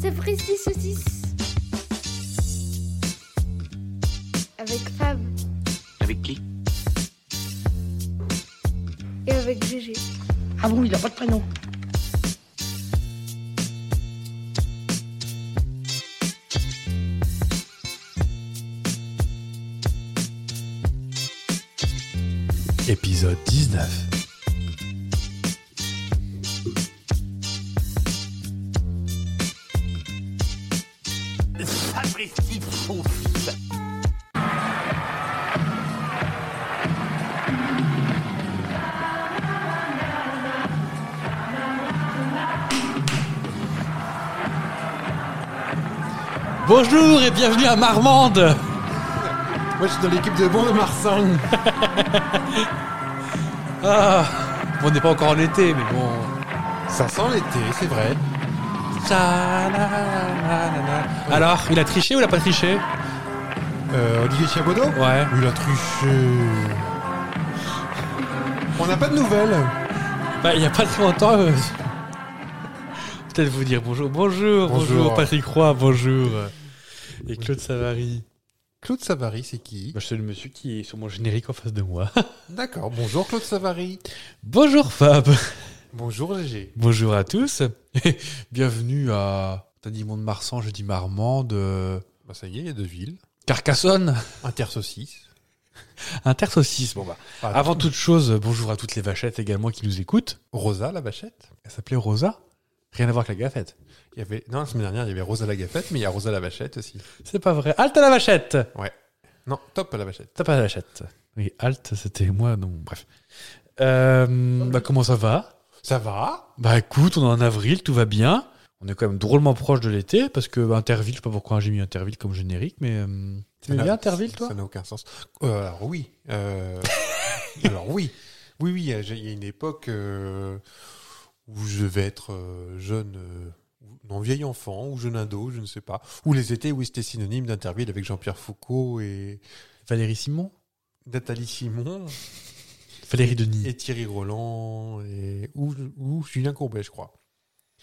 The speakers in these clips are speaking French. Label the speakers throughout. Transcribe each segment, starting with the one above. Speaker 1: C'est Fristy Saucisse. Avec Fab
Speaker 2: Avec qui
Speaker 1: et avec Gégé.
Speaker 3: Ah bon, il a pas de prénom.
Speaker 4: Épisode 19.
Speaker 2: Sapristi Saucisse
Speaker 5: Bonjour et bienvenue à Marmande
Speaker 6: Moi, je suis dans l'équipe de bon de Marsan.
Speaker 5: ah, bon, On n'est pas encore en été, mais bon...
Speaker 6: Ça sent l'été, c'est vrai.
Speaker 5: Tcha, na, na, na, na. Alors, il a triché ou il a pas triché
Speaker 6: Euh, Olivier Chiabodo
Speaker 5: Ouais.
Speaker 6: Il a triché. euh. On n'a pas de nouvelles.
Speaker 5: Bah, il n'y a pas très longtemps... euh, Peut-être vous dire bonjour. Bonjour, bonjour,
Speaker 6: Bonjour.
Speaker 5: Patrick Roy, bonjour. Et Claude Savary.
Speaker 6: Claude Savary, c'est qui
Speaker 5: Bah, c'est le monsieur qui est sur mon générique en face de moi.
Speaker 6: D'accord, bonjour Claude Savary.
Speaker 5: bonjour Fab.
Speaker 6: Bonjour Gégé.
Speaker 5: Bonjour à tous. Et bienvenue à... T'as dit Mont-de-Marsan, je dis Marmande. euh,
Speaker 6: Bah, ça y est, il y a deux villes.
Speaker 5: Carcassonne.
Speaker 6: Intersaucisse.
Speaker 5: Intersaucisse, bon bah.
Speaker 6: Ah,
Speaker 5: Avant toute chose, euh, bonjour à toutes les vachettes également qui nous écoutent.
Speaker 6: Rosa, la vachette.
Speaker 5: Elle s'appelait Rosa Rien à voir avec la gafette.
Speaker 6: Il y avait... Non, la semaine dernière, il y avait Rosa la gafette, mais il y a Rosa la vachette aussi.
Speaker 5: C'est pas vrai. Halte à la vachette
Speaker 6: Non, top la vachette.
Speaker 5: T'as pas la vachette. Oui, halte, c'était moi, non, bref. Euh, bah, comment ça va
Speaker 6: Ça va
Speaker 5: Bah écoute, on est en avril, tout va bien. On est quand même drôlement proche de l'été parce que bah, Interville, je sais pas pourquoi j'ai mis Interville comme générique, mais. euh, Tu
Speaker 6: Ça
Speaker 5: aimes bien
Speaker 6: n'a-
Speaker 5: Interville, toi
Speaker 6: Ça n'a aucun sens. Euh, alors oui. euh, alors oui. Oui, oui, il y a- il y a une époque euh, où je vais être euh, jeune, euh, ou- non vieil enfant, ou jeune ado, je ne sais pas. Ou les étés où c'était synonyme d'Interville avec Jean-Pierre Foucault et
Speaker 5: Valérie Simon
Speaker 6: Nathalie Simon
Speaker 5: Valérie Denis.
Speaker 6: et Thierry Roland et ou, ou Julien Courbet, je crois.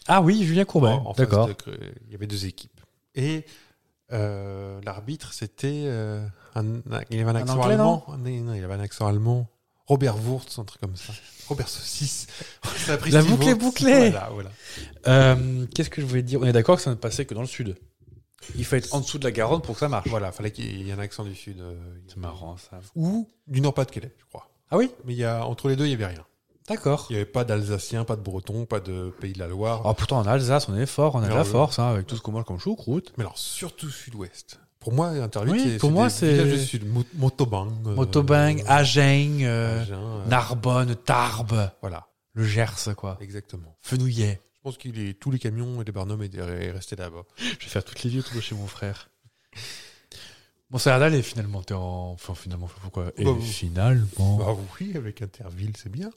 Speaker 5: Ah oui, Julien Courbet.
Speaker 6: En- en face
Speaker 5: D'accord.
Speaker 6: de Cre- Il y avait deux équipes. Et euh, l'arbitre, c'était. euh, un- il avait un accent
Speaker 5: Anglais,
Speaker 6: allemand. Non, non, il avait un accent allemand. Robert Wurtz, un truc comme ça. Robert Saucisse. Ça a pris
Speaker 5: La
Speaker 6: six
Speaker 5: boucle est
Speaker 6: Wurtz.
Speaker 5: bouclée.
Speaker 6: Voilà, voilà.
Speaker 5: Euh, Qu'est-ce que je voulais dire On est d'accord que ça ne passait que dans le sud. Il faut être en dessous de la Garonne pour que ça marche.
Speaker 6: Voilà, fallait qu'il y ait un accent du Sud. euh,
Speaker 5: C'est marrant ça.
Speaker 6: Ou du Nord-Pas-de-Calais, je crois.
Speaker 5: Ah oui
Speaker 6: Mais il y a, entre les deux, il n'y avait rien.
Speaker 5: D'accord.
Speaker 6: Il n'y avait pas d'Alsacien, pas de Breton, pas de Pays de la Loire.
Speaker 5: Ah, pourtant, en Alsace, on est fort, on a de la
Speaker 6: Alors,
Speaker 5: force, hein, avec tout ce qu'on mange comme choucroute.
Speaker 6: Mais alors, surtout Sud-Ouest. Pour moi, Interville,
Speaker 5: Oui,
Speaker 6: c'est
Speaker 5: pour moi,
Speaker 6: des
Speaker 5: c'est-
Speaker 6: villages du Sud. Mo- Montauban. euh,
Speaker 5: Montauban, Agen, euh,
Speaker 6: Agen, euh,
Speaker 5: Narbonne, Tarbes,
Speaker 6: Voilà,
Speaker 5: le Gers, quoi.
Speaker 6: Ah. exactement.
Speaker 5: Fenouillet.
Speaker 6: Je pense qu'il est tous les camions et les barnums étaient est resté là-bas.
Speaker 5: Je vais faire toutes les vies autour de chez mon frère. Bon, ça a l'air d'aller finalement. T'es en. Enfin, finalement, je sais pas pourquoi. Et
Speaker 6: Bah, vous-
Speaker 5: finalement.
Speaker 6: Bah oui, avec Interville, c'est bien.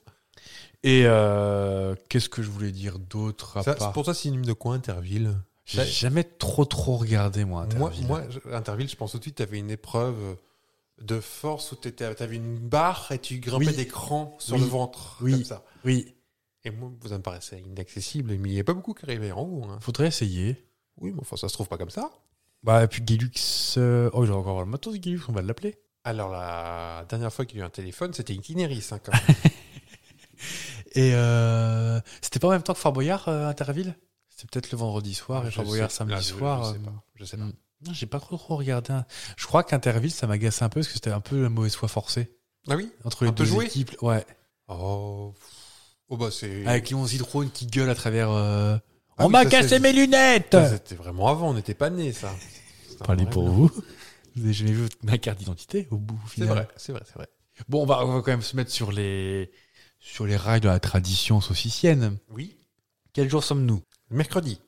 Speaker 5: Et euh, qu'est-ce que je voulais dire d'autre à
Speaker 6: Ça, c'est
Speaker 5: part.
Speaker 6: pour ça, synonyme de quoi Interville
Speaker 5: J'ai jamais trop, trop regardé, moi,
Speaker 6: Moi,
Speaker 5: Interville.
Speaker 6: moi, je- Interville, je pense tout de suite, tu avais une épreuve de force où tu avais une barre et tu grimpais
Speaker 5: Oui.
Speaker 6: des crans sur
Speaker 5: Oui.
Speaker 6: le ventre,
Speaker 5: Oui.
Speaker 6: comme ça.
Speaker 5: Oui.
Speaker 6: Et moi, ça me paraissait inaccessible, mais il n'y a pas beaucoup qui arrivaient en haut. hein.
Speaker 5: Faudrait essayer.
Speaker 6: Oui, mais enfin, ça se trouve pas comme ça.
Speaker 5: Bah, et puis Gilux. euh, Oh, j'ai encore avoir le matos, Gilux, on va l'appeler.
Speaker 6: Alors, la dernière fois qu'il y a eu un téléphone, c'était Itinéris. Hein, quand
Speaker 5: Et euh, c'était pas en même temps que Fort Boyard, euh, Interville C'était peut-être le vendredi soir
Speaker 6: même.
Speaker 5: et Fort Boyard samedi
Speaker 6: Là, Ah, je-
Speaker 5: soir.
Speaker 6: Je
Speaker 5: euh,
Speaker 6: sais pas. Hmm. Je sais pas.
Speaker 5: Mm. non, j'ai pas trop, trop regardé. hein. Je crois qu'Interville, ça m'agaçait un peu parce que c'était un peu la mauvaise foi forcée.
Speaker 6: Ah oui
Speaker 5: Entre les
Speaker 6: Un peu
Speaker 5: deux
Speaker 6: joué
Speaker 5: équipes. Ouais.
Speaker 6: Oh, pff. oh bah c'est.
Speaker 5: Avec Léon Zidrone qui gueule à travers. euh,
Speaker 6: Ah
Speaker 5: on
Speaker 6: oui,
Speaker 5: m'a
Speaker 6: ça,
Speaker 5: cassé
Speaker 6: c'est-
Speaker 5: mes lunettes
Speaker 6: Ça, C'était vraiment avant, on n'était pas nés, ça. Putain,
Speaker 5: Parlez
Speaker 6: vraiment.
Speaker 5: pour vous. Vous avez jamais vu votre- ma carte d'identité au bout, au
Speaker 6: C'est
Speaker 5: final.
Speaker 6: vrai, c'est vrai, c'est vrai.
Speaker 5: Bon, on va, on va quand même se mettre sur les, sur les rails de la tradition saucicienne.
Speaker 6: Oui.
Speaker 5: Quel jour sommes-nous
Speaker 6: Mercredi,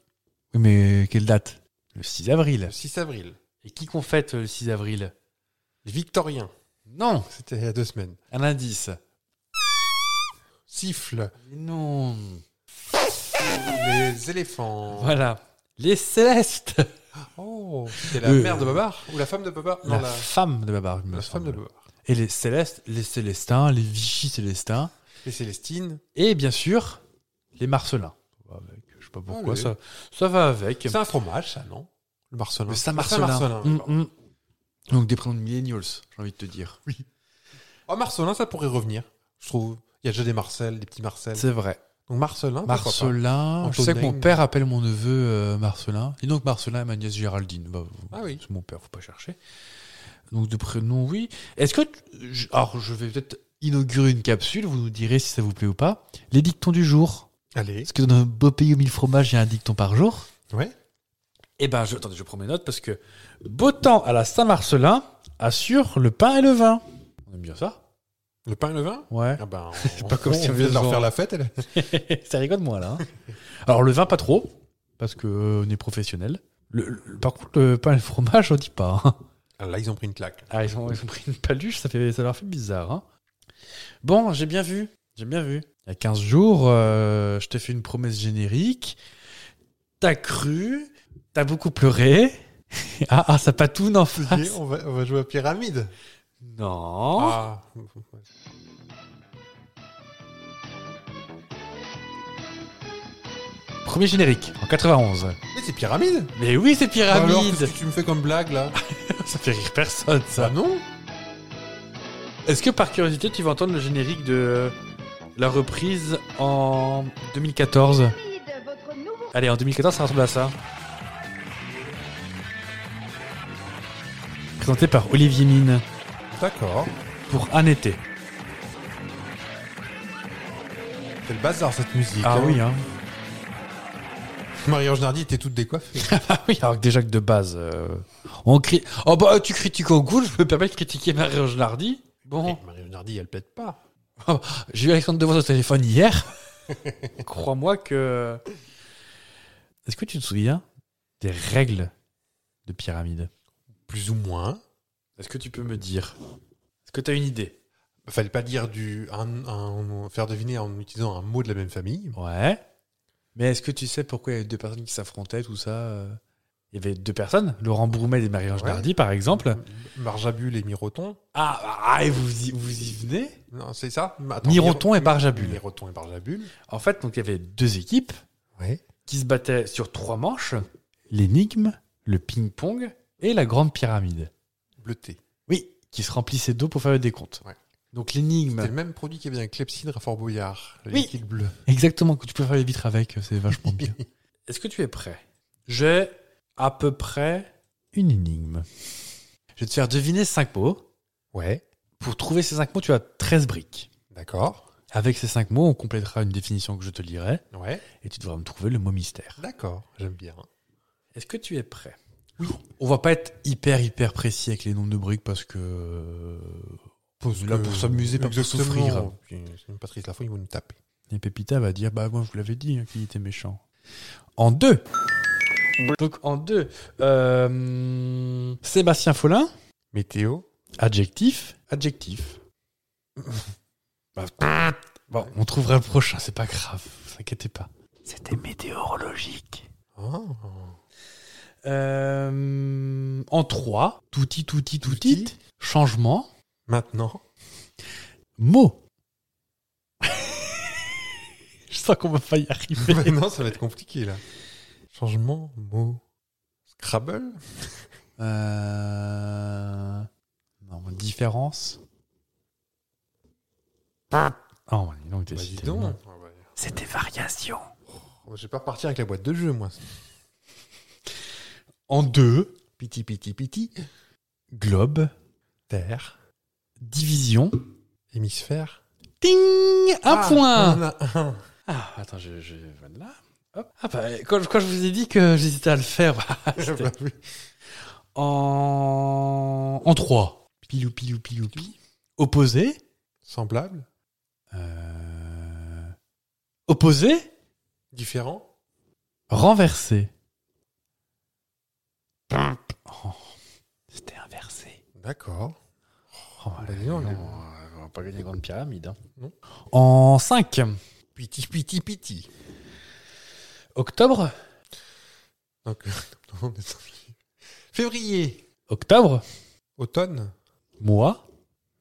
Speaker 5: Oui, mais quelle date Le 6 avril.
Speaker 6: le 6 avril.
Speaker 5: Et qui qu'on fête euh, le 6 avril
Speaker 6: Les Victoriens.
Speaker 5: Non
Speaker 6: C'était il y a deux semaines.
Speaker 5: Un indice.
Speaker 6: Siffle.
Speaker 5: Mais non
Speaker 6: Les éléphants.
Speaker 5: Voilà. Les Célestes
Speaker 6: Oh, c'était la
Speaker 5: Euh,
Speaker 6: mère de Babar ou la femme de Babar Non,
Speaker 5: La
Speaker 6: la,
Speaker 5: femme de Babar, il me
Speaker 6: la femme
Speaker 5: semble.
Speaker 6: de Babar.
Speaker 5: Et les Célestes, les Célestins, les Vichy Célestins.
Speaker 6: Les Célestines.
Speaker 5: Et bien sûr, les Marcelins. Avec, je Je sais pas pourquoi.
Speaker 6: Allez.
Speaker 5: Ça, ça va avec.
Speaker 6: C'est un fromage, ça, non Le Marcelin.
Speaker 4: Le
Speaker 6: C'est un
Speaker 4: Saint-Marcelin.
Speaker 6: Marcelin.
Speaker 5: Mm, mm.
Speaker 4: Donc des prénoms de millennials, j'ai envie de te dire.
Speaker 6: Oh, Marcelin, ça pourrait revenir, je trouve. Il y a déjà des Marcel, des petits Marcel.
Speaker 4: C'est vrai.
Speaker 6: Donc Marcelin, Ah, pourquoi
Speaker 5: Marcelin. Je sais que mon
Speaker 6: Antonin.
Speaker 5: père appelle mon neveu euh, Marcelin. Et donc Marcelin et ma nièce Géraldine. Bah,
Speaker 6: pas. Ah oui.
Speaker 5: C'est mon père, faut pas chercher. Donc de prénom, oui. Est-ce que. tu- je- Alors, je vais peut-être inaugurer une capsule, vous nous direz si ça vous plaît ou pas. Les dictons du jour.
Speaker 6: Allez.
Speaker 5: Est-ce que dans un beau pays aux mille fromages, il y a un dicton par jour
Speaker 6: Ouais.
Speaker 5: Eh ben, je, attendez, je prends mes notes parce que beau temps à la Saint-Marcelin assure le pain et le vin. On aime bien ça
Speaker 6: Le pain et le vin
Speaker 5: Ouais.
Speaker 6: ah ben, on,
Speaker 5: pas comme si
Speaker 6: on
Speaker 5: on
Speaker 6: vient de leur
Speaker 5: faisait-
Speaker 6: faire la fête. elle.
Speaker 5: ça rigole moi là. hein. Alors le vin pas trop, parce que euh, on est professionnel. Le- le- par contre, le pain et le fromage, on dit pas. hein.
Speaker 6: Ah, Là, ils ont pris une claque.
Speaker 5: Ah, ils ont, ils ont pris une paluche, ça, fait, ça leur fait bizarre. hein. Bon, j'ai bien vu. J'ai bien vu. Il y a 15 jours, euh, je t'ai fait une promesse générique. T'as cru, t'as beaucoup pleuré. ah, ah, Oh. ça patoune en
Speaker 6: Et
Speaker 5: face.
Speaker 6: on, va, on va jouer à pyramide.
Speaker 5: Non.
Speaker 6: Ah.
Speaker 5: Premier générique, en 91.
Speaker 6: Mais c'est pyramide.
Speaker 5: Mais oui, c'est pyramide.
Speaker 6: Alors, qu'est-ce que tu me fais comme blague là
Speaker 5: ça fait rire personne,
Speaker 6: Ah, Ça
Speaker 5: ça.
Speaker 6: non
Speaker 5: Est-ce que par curiosité, tu vas entendre le générique de la reprise en 2014
Speaker 1: votre nouveau
Speaker 5: Allez, en 2014, ça ressemble à ça. Présenté par Olivier Mine
Speaker 6: D'accord.
Speaker 5: pour un été.
Speaker 6: C'est le bazar cette musique.
Speaker 5: Ah
Speaker 6: hein.
Speaker 5: oui, hein.
Speaker 6: Marie-Ange Nardi était toute décoiffée.
Speaker 5: Ah oui, alors que déjà que de base, euh, on crie. Oh bah, tu critiques en goût, je peux me permettre de critiquer Marie-Ange Nardi. Bon,
Speaker 6: Et Eh, Marie-Ange Nardi, elle pète pas.
Speaker 5: j'ai eu Alexandre Devoise au téléphone hier. Crois-moi que. Est-ce que tu te souviens des règles de pyramide
Speaker 6: Plus ou moins.
Speaker 5: Est-ce que tu peux me dire Est-ce que tu as une idée
Speaker 6: Fallait pas dire du. un- un- faire deviner en utilisant un mot de la même famille.
Speaker 5: Ouais. Mais est-ce que tu sais pourquoi il y avait deux personnes qui s'affrontaient, tout ça euh Il y avait deux personnes, Laurent Broumet et Marie-Ange
Speaker 6: Ouais.
Speaker 5: Nardi, par exemple.
Speaker 6: Marjabule et Miroton.
Speaker 5: Ah, ah, et vous y, vous y venez
Speaker 6: Non, c'est ça Attends,
Speaker 5: Miroton
Speaker 6: Miro-
Speaker 5: et Barjabul.
Speaker 6: Miroton et Barjabul.
Speaker 5: En fait, donc il y avait deux équipes
Speaker 6: Ouais.
Speaker 5: qui se battaient sur trois manches l'énigme, le ping-pong et la grande pyramide.
Speaker 6: Bleuté.
Speaker 5: Oui, qui se remplissaient d'eau pour faire le décompte.
Speaker 6: Ouais.
Speaker 5: Donc l'énigme,
Speaker 6: C'était le même produit qu'il y avait dans le Clepsydre à Fort Boyard. Le
Speaker 5: Oui.
Speaker 6: liquide bleu.
Speaker 5: exactement, que tu peux faire les vitres avec, c'est vachement bien. Est-ce que tu es prêt J'ai à peu près une énigme. Je vais te faire deviner cinq mots.
Speaker 6: Ouais.
Speaker 5: Pour trouver ces cinq mots, tu as 13 briques.
Speaker 6: D'accord.
Speaker 5: Avec ces cinq mots, on complétera une définition que je te lirai
Speaker 6: Ouais.
Speaker 5: et tu devras me trouver le mot mystère.
Speaker 6: D'accord. J'aime bien.
Speaker 5: Est-ce que tu es prêt
Speaker 6: Oui.
Speaker 5: On va pas être hyper hyper précis avec les nombres de briques parce que euh, là pour s'amuser, pas pour
Speaker 6: Exactement.
Speaker 5: souffrir.
Speaker 6: Puis, sinon, Patrice Lafont, ils vont nous taper.
Speaker 5: Et Pépita va dire bah moi je vous l'avais dit hein, qu'il était méchant. En deux. Donc en deux, euh, Sébastien Follin,
Speaker 6: Météo.
Speaker 5: adjectif, adjectif. Bah, bon, on trouvera le prochain, c'est pas grave, vous inquiétez pas. C'était météorologique.
Speaker 6: Ah.
Speaker 5: Euh, en trois, touti, touti, touti,
Speaker 6: Touti.
Speaker 5: changement,
Speaker 6: Maintenant.
Speaker 5: mot. Je sens qu'on va pas y arriver.
Speaker 6: non, ça va être compliqué là. Changement, mot. Scrabble Bah,
Speaker 5: Euh, Non, différence. Ah, ouais, dis donc, t'es-
Speaker 6: Bah, dis
Speaker 5: t'es-
Speaker 6: donc. Oh,
Speaker 5: C'était variation.
Speaker 6: Je vais pas repartir avec la boîte de jeu, moi.
Speaker 5: En deux,
Speaker 6: Piti, piti, piti.
Speaker 5: globe,
Speaker 6: Terre.
Speaker 5: division,
Speaker 6: Hémisphère.
Speaker 5: ting, un
Speaker 6: Ah,
Speaker 5: point.
Speaker 6: on en a un.
Speaker 5: Ah, attends, je, je voilà. Hop. Ah bah, quand, quand je vous ai dit que j'hésitais à le faire, bah, c'était
Speaker 6: Bah oui.
Speaker 5: en en trois. Pilou pilou pilou pi. Opposé.
Speaker 6: Semblable.
Speaker 5: Euh, Opposé.
Speaker 6: Différent.
Speaker 5: Renversé. Oh, C'était inversé.
Speaker 6: D'accord.
Speaker 5: Oh,
Speaker 6: bah, dis donc, les-
Speaker 5: euh, on va pas gagner grande pyramide. hein.
Speaker 6: Non.
Speaker 5: En 5
Speaker 6: Piti, piti, piti.
Speaker 5: octobre.
Speaker 6: Donc, on est sorti. Février.
Speaker 5: Octobre.
Speaker 6: Automne.
Speaker 5: Mois.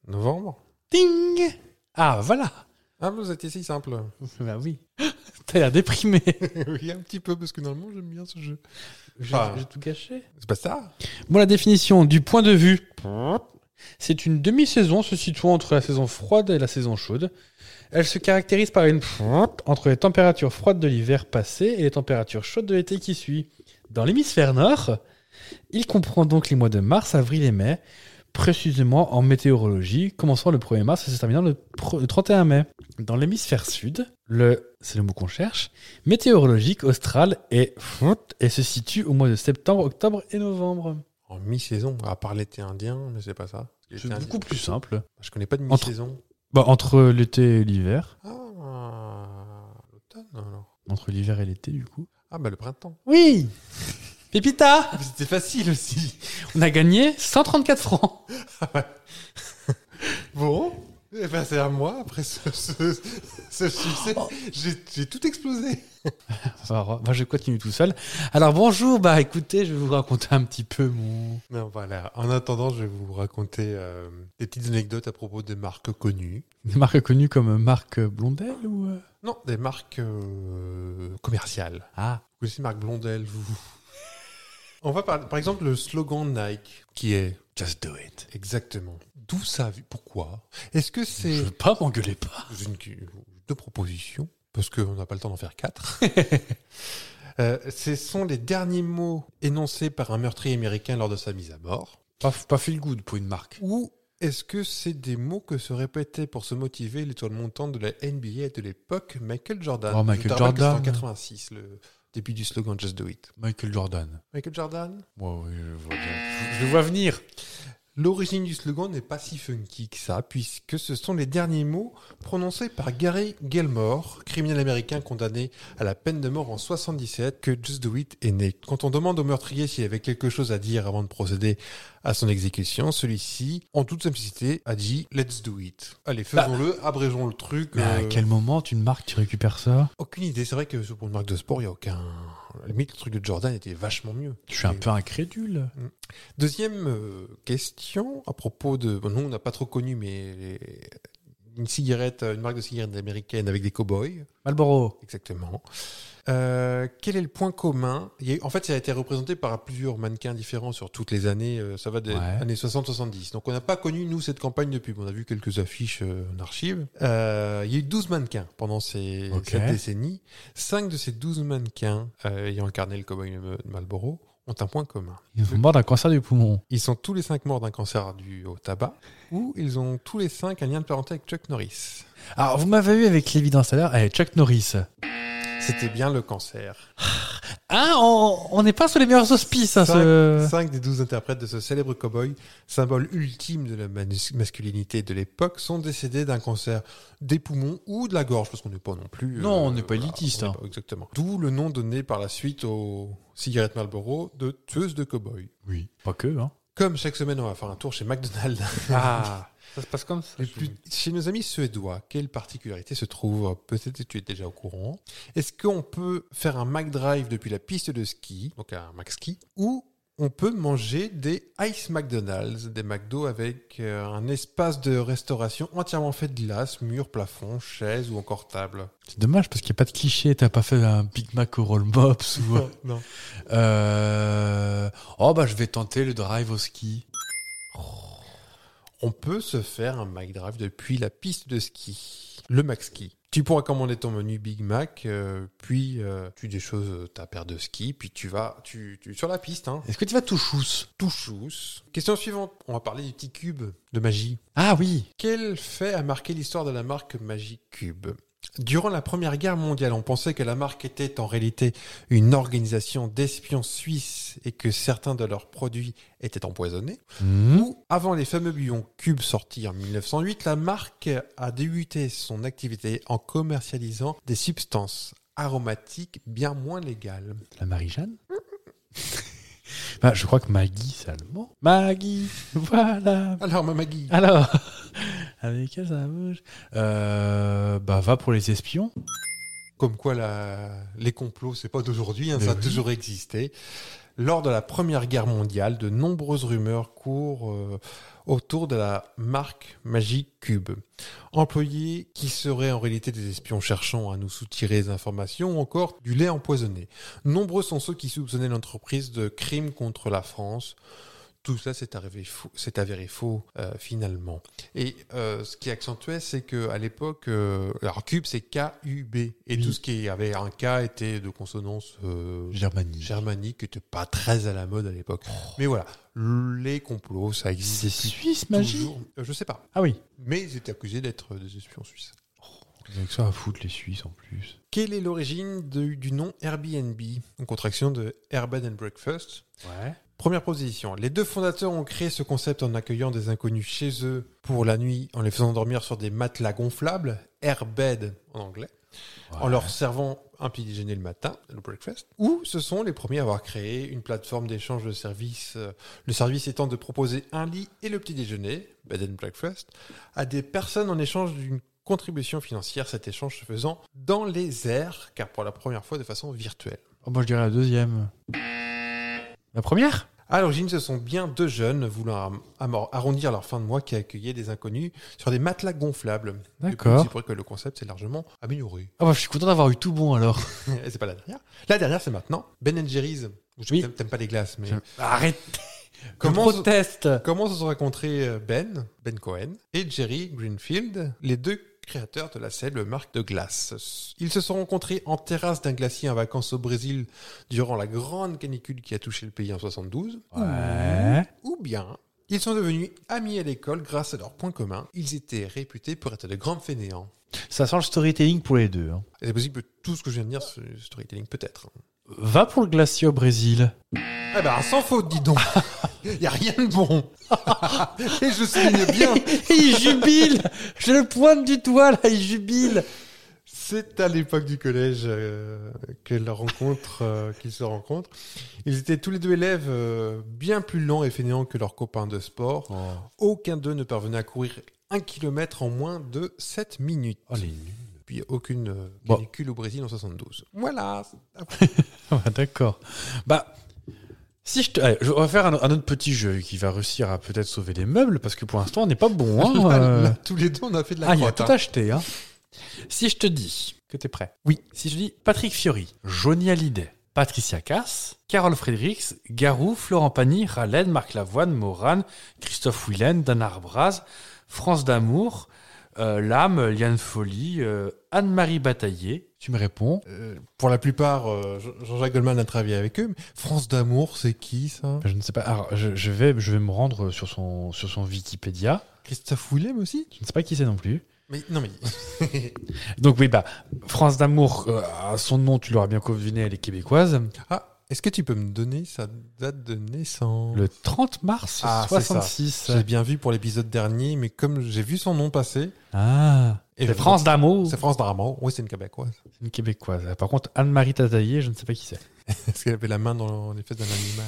Speaker 6: Novembre.
Speaker 5: Ting. Ah voilà.
Speaker 6: Ah, vous étiez si simple.
Speaker 5: Bah oui. T'as l'air déprimé.
Speaker 6: oui, un petit peu, parce que normalement, j'aime bien ce jeu.
Speaker 5: J'ai
Speaker 6: Ah.
Speaker 5: j'ai tout gâché.
Speaker 6: C'est pas ça
Speaker 5: Bon, la définition du point de vue. C'est une demi-saison se situant entre la saison froide et la saison chaude. Elle se caractérise par une entre les températures froides de l'hiver passé et les températures chaudes de l'été qui suit. Dans l'hémisphère nord, il comprend donc les mois de mars, avril et mai, précisément en météorologie, commençant le 1er mars et se terminant le pro- le 31 mai. Dans l'hémisphère sud, le, c'est le mot qu'on cherche, météorologique austral et, et se situe au mois de septembre, octobre et novembre.
Speaker 6: En mi-saison, à part l'été indien, mais c'est pas ça. L'été
Speaker 5: C'est
Speaker 6: indien,
Speaker 5: beaucoup plus simple.
Speaker 6: Je connais pas de
Speaker 5: Entre-
Speaker 6: mi-saison.
Speaker 5: Bah, entre l'été et l'hiver.
Speaker 6: Ah, l'automne alors.
Speaker 5: Entre l'hiver et l'été, du coup.
Speaker 6: Ah, bah le printemps.
Speaker 5: Oui Pépita
Speaker 6: C'était facile aussi.
Speaker 5: On a gagné 134 francs
Speaker 6: Bon, eh ben, c'est à moi après ce, ce, ce succès.
Speaker 5: Oh.
Speaker 6: J'ai j'ai tout explosé.
Speaker 5: Alors, moi, je continue tout seul. Alors, bonjour, bah écoutez, je vais vous raconter un petit peu mon.
Speaker 6: Non, voilà. En attendant, je vais vous raconter euh, des petites anecdotes à propos des marques connues.
Speaker 5: Des marques connues comme Marc Blondel ou. euh,
Speaker 6: Non, des marques euh, commerciales.
Speaker 5: Ah
Speaker 6: Vous connaissez marque Blondel, vous On va parler, par exemple, le slogan Nike, qui est
Speaker 5: Just do it.
Speaker 6: exactement. D'où ça vient Pourquoi Est-ce que c'est
Speaker 5: Je veux pas, m'engueuler pas
Speaker 6: J'ai une- deux propositions, parce qu'on n'a pas le temps d'en faire quatre. Euh, ce sont les derniers mots énoncés par un meurtrier américain lors de sa mise à mort.
Speaker 5: Pas, pas feel good pour une marque.
Speaker 6: Ou est-ce que c'est des mots que se répétaient pour se motiver l'étoile montante de la NBA de l'époque, Michael Jordan
Speaker 5: Oh,
Speaker 6: Je
Speaker 5: Michael
Speaker 6: te rappelle que
Speaker 5: Jordan.
Speaker 6: C'était en 86, le début du slogan Just Do It.
Speaker 5: Michael Jordan. Ah,
Speaker 6: Michael Jordan
Speaker 5: Moi, oui, je vois bien. Je le vois venir
Speaker 6: L'origine du slogan n'est pas si funky que ça, puisque ce sont les derniers mots prononcés par Gary Gilmore, criminel américain condamné à la peine de mort en 77, que Just Do It est né. Quand on demande au meurtrier s'il avait quelque chose à dire avant de procéder à son exécution, celui-ci, en toute simplicité, a dit Let's do it. Allez, faisons-le, abrégeons le truc.
Speaker 5: Mais à
Speaker 6: euh,
Speaker 5: Bah. quel moment, une marque, tu récupères ça
Speaker 6: Aucune idée. C'est vrai que pour une marque de sport, il n'y a aucun. À la limite, le truc de Jordan était vachement mieux.
Speaker 5: Je suis un
Speaker 6: Et-
Speaker 5: peu incrédule.
Speaker 6: Deuxième euh, question à propos de. bon, nous, on n'a pas trop connu, mais les- une cigarette, euh, une marque de cigarette américaine avec des cow-boys,
Speaker 5: Malboro.
Speaker 6: exactement. Euh, quel est le point commun Il y a eu- En fait, ça a été représenté par plusieurs mannequins différents sur toutes les années. euh, Ça va des
Speaker 5: Ouais.
Speaker 6: années 60-70. Donc, on n'a pas connu, nous, cette campagne de pub. On a vu quelques affiches euh, en archive. Euh, il y a eu 12 mannequins pendant ces,
Speaker 5: Ok.
Speaker 6: cette décennie. Cinq de ces 12 mannequins euh, ayant incarné le cow-boy de Marlboro ont un point commun.
Speaker 5: Ils sont morts d'un cancer du poumon.
Speaker 6: Ils sont tous les cinq morts d'un cancer dû au tabac, ou ils ont tous les cinq un lien de parenté avec Chuck Norris.
Speaker 5: Alors, vous m'avez eu avec l'évidence à l'heure, avec Eh, Chuck Norris.
Speaker 6: C'était bien le cancer.
Speaker 5: Ah, on n'est pas sous les meilleurs auspices, hein,
Speaker 6: Cinq-
Speaker 5: ce...
Speaker 6: Cinq des douze interprètes de ce célèbre cowboy, symbole ultime de la manus- masculinité de l'époque, sont décédés d'un cancer des poumons ou de la gorge, parce qu'on n'est pas non plus. euh,
Speaker 5: Non, on n'est pas élitiste,
Speaker 6: on n'est
Speaker 5: hein.
Speaker 6: pas- exactement. D'où le nom donné par la suite aux cigarettes Marlboro de tueuses de cowboy.
Speaker 5: Oui, pas que, hein.
Speaker 6: Comme chaque semaine, on va faire un tour chez McDonald's.
Speaker 5: Ah, ça se passe comme ça.
Speaker 6: Les plus- Chez nos amis suédois, quelle particularité se trouve Peut-être que tu es déjà au courant. Est-ce qu'on peut faire un Mac Drive depuis la piste de ski, donc un Mac Ski, ou on peut manger des Ice McDonald's, des McDo avec euh, un espace de restauration entièrement fait de glace, mur, plafond, chaise ou encore table
Speaker 5: C'est dommage, parce qu'il n'y a pas de cliché, t'as pas fait un Big Mac au Roll Mops ou...
Speaker 6: Non, non.
Speaker 5: euh... Oh, bah, je vais tenter le drive au ski.
Speaker 6: On peut se faire un Mac Drive depuis la piste de ski, le Mac Ski. Tu pourras commander ton menu Big Mac, euh, puis euh, tu des choses, euh, ta paire de ski, puis tu vas tu, tu- sur la piste. Hein.
Speaker 5: Est-ce que tu vas tout chousse
Speaker 6: Touchous. Question suivante, on va parler du petit cube de magie.
Speaker 5: Ah oui
Speaker 6: Quel fait a marqué l'histoire de la marque Magic Cube Durant la Première Guerre mondiale, on pensait que la marque était en réalité une organisation d'espions suisses et que certains de leurs produits étaient empoisonnés.
Speaker 5: Hmm.
Speaker 6: Ou, avant les fameux billons cubes sortis en 1908, la marque a débuté son activité en commercialisant des substances aromatiques bien moins légales.
Speaker 5: La Marie-Jeanne Bah, je crois que Maggie, c'est allemand. Maggie Voilà
Speaker 6: Alors, ma Maggie,
Speaker 5: Alors, avec elle, ça bouge. Euh, bah, va pour les espions.
Speaker 6: comme quoi la- les complots, c'est pas d'aujourd'hui, hein,
Speaker 5: Mais
Speaker 6: ça a
Speaker 5: oui.
Speaker 6: toujours existé. Lors de la Première Guerre mondiale, de nombreuses rumeurs courent euh, autour de la marque Magic Cube. Employés qui seraient en réalité des espions cherchant à nous soutirer des informations ou encore du lait empoisonné. Nombreux sont ceux qui soupçonnaient l'entreprise de crimes contre la France. Tout ça s'est arrivé faux- s'est avéré faux euh, finalement. Et euh, ce qui accentuait, c'est que à l'époque, euh, alors cube c'est K-U-B et tout ce qui avait un K était de consonance euh,
Speaker 5: Germanie.
Speaker 6: germanique, qui n'était pas très à la mode à l'époque. Mais voilà, les complots, ça existe
Speaker 5: C'est
Speaker 6: depuis
Speaker 5: suisse, magie
Speaker 6: toujours. Euh, je sais pas.
Speaker 5: Ah oui.
Speaker 6: Mais ils étaient accusés d'être euh, des espions suisses.
Speaker 5: Avec ça à foutre, les Suisses, en plus.
Speaker 6: Quelle est l'origine de- du nom Airbnb En contraction de Airbed and Breakfast,
Speaker 5: Ouais.
Speaker 6: Première proposition. Les deux fondateurs ont créé ce concept en accueillant des inconnus chez eux pour la nuit, en les faisant dormir sur des matelas gonflables, airbed en anglais, en leur servant un petit déjeuner le matin, le breakfast. Ou ce sont les premiers à avoir créé une plateforme d'échange de services, euh, le service étant de proposer un lit et le petit déjeuner, bed and breakfast, à des personnes en échange d'une contribution financière, cet échange se faisant dans les airs, car pour la première fois de façon virtuelle.
Speaker 5: Oh, moi, je dirais la deuxième. La première
Speaker 6: À l'origine, ce sont bien deux jeunes voulant am- amor- arrondir leur fin de mois qui accueillaient des inconnus sur des matelas gonflables.
Speaker 5: D'accord.
Speaker 6: Depuis, C'est vrai que le concept s'est largement amélioré.
Speaker 5: Ah bah, je suis content d'avoir eu tout bon, alors.
Speaker 6: c'est pas la dernière. La dernière, c'est maintenant Ben Jerry's. Je sais
Speaker 5: Oui.
Speaker 6: que t'aimes- T'aimes pas les glaces, mais
Speaker 5: Je- Bah, Arrête
Speaker 6: comment, se-
Speaker 5: proteste
Speaker 6: comment se sont rencontrés euh, Ben, Ben Cohen, et Jerry Greenfield, les deux créateurs de la célèbre marque de glace. Ils se sont rencontrés en terrasse d'un glacier en vacances au Brésil durant la grande canicule qui a touché le pays en 72.
Speaker 5: Ouais.
Speaker 6: ou bien ils sont devenus amis à l'école grâce à leurs points communs. Ils étaient réputés pour être de grands fainéants.
Speaker 5: Ça sent le storytelling pour les deux. hein.
Speaker 6: Et C'est possible que tout ce que je viens de dire, ce storytelling peut-être.
Speaker 5: Va pour le glacier au Brésil.
Speaker 6: Ah ben, sans faute, dis donc. Il y a rien de bon. Et je souligne bien,
Speaker 5: il jubile Je le pointe du doigt, là, il jubile
Speaker 6: c'est à l'époque du collège euh, que la rencontre, euh, qu'ils se rencontrent. Ils étaient tous les deux élèves euh, bien plus lents et fainéants que leurs copains de sport.
Speaker 5: Oh,
Speaker 6: Aucun d'eux ne parvenait à courir un kilomètre en moins de 7 minutes.
Speaker 5: Oh, les
Speaker 6: puis aucune euh,
Speaker 5: Bon.
Speaker 6: canicule au Brésil en 72. Voilà.
Speaker 5: Ah D'accord. Bah, si je te... allez, je- on va faire un, un autre petit jeu qui va réussir à peut-être sauver des meubles, parce que pour l'instant, on n'est pas bon. hein,
Speaker 6: Là,
Speaker 5: euh.
Speaker 6: là, tous les deux, on a fait de la
Speaker 5: Ah, il y a
Speaker 6: crotte.
Speaker 5: tout
Speaker 6: hein.
Speaker 5: acheté, hein. Si je te dis que t'es prêt. Oui. Si je te dis Patrick Fiori, Johnny Hallyday, Patricia Cass, Carole Fredericks, Garou, Florent Pagny, Ralen, Marc Lavoine, Morane, Christophe Willen, Dana Arbraz, France d'Amour, euh, Lame, Liane Folly, euh, Anne-Marie Bataillé. Tu me réponds
Speaker 6: Euh, pour la plupart, euh, Jean- Jean-Jacques Goldman a travaillé avec eux. mais France d'amour, c'est qui ça
Speaker 5: Je ne sais pas. Alors, je, je vais, je vais me rendre sur son, sur son Wikipédia.
Speaker 6: Christophe Willem aussi
Speaker 5: Je ne sais pas qui c'est non plus.
Speaker 6: mais, Non, mais
Speaker 5: Donc oui, bah, France d'Amour, euh, à son nom, tu l'auras bien deviné, elle est québécoise.
Speaker 6: ah, est-ce que tu peux me donner sa date de naissance
Speaker 5: Le 30 mars
Speaker 6: Ah, c'est ça.
Speaker 5: 66.
Speaker 6: J'ai bien vu pour l'épisode dernier, mais comme j'ai vu son nom passer,
Speaker 5: Ah.
Speaker 6: Et
Speaker 5: C'est
Speaker 6: je-
Speaker 5: France d'amour.
Speaker 6: c'est France d'amour. Oui, c'est une québécoise.
Speaker 5: C'est une québécoise. Par contre, Anne-Marie Tataillé, je ne sais pas qui c'est.
Speaker 6: Est-ce qu'elle avait la main dans les fesses d'un animal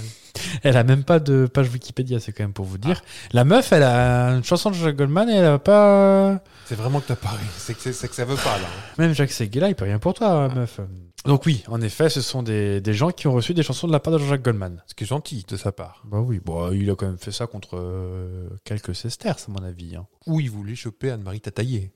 Speaker 5: Elle a même pas de page Wikipédia, c'est quand même pour vous dire.
Speaker 6: Ah.
Speaker 5: La meuf, elle a une chanson de Jacques Goldman et elle a pas.
Speaker 6: C'est vraiment que t'as pas ri. C'est que, c'est- c'est que ça veut pas là. hein.
Speaker 5: Même Jacques Seguela, il peut rien pour toi, hein,
Speaker 6: Ah.
Speaker 5: meuf. Donc oui, en effet, ce sont des, des gens qui ont reçu des chansons de la part de Jean-Jacques Goldman.
Speaker 6: Ce qui est gentil de sa part.
Speaker 5: Bah oui, bon, il a quand même fait ça contre euh, quelques sesterces, à mon avis. hein.
Speaker 6: Ou il voulait choper Anne-Marie Tataillé.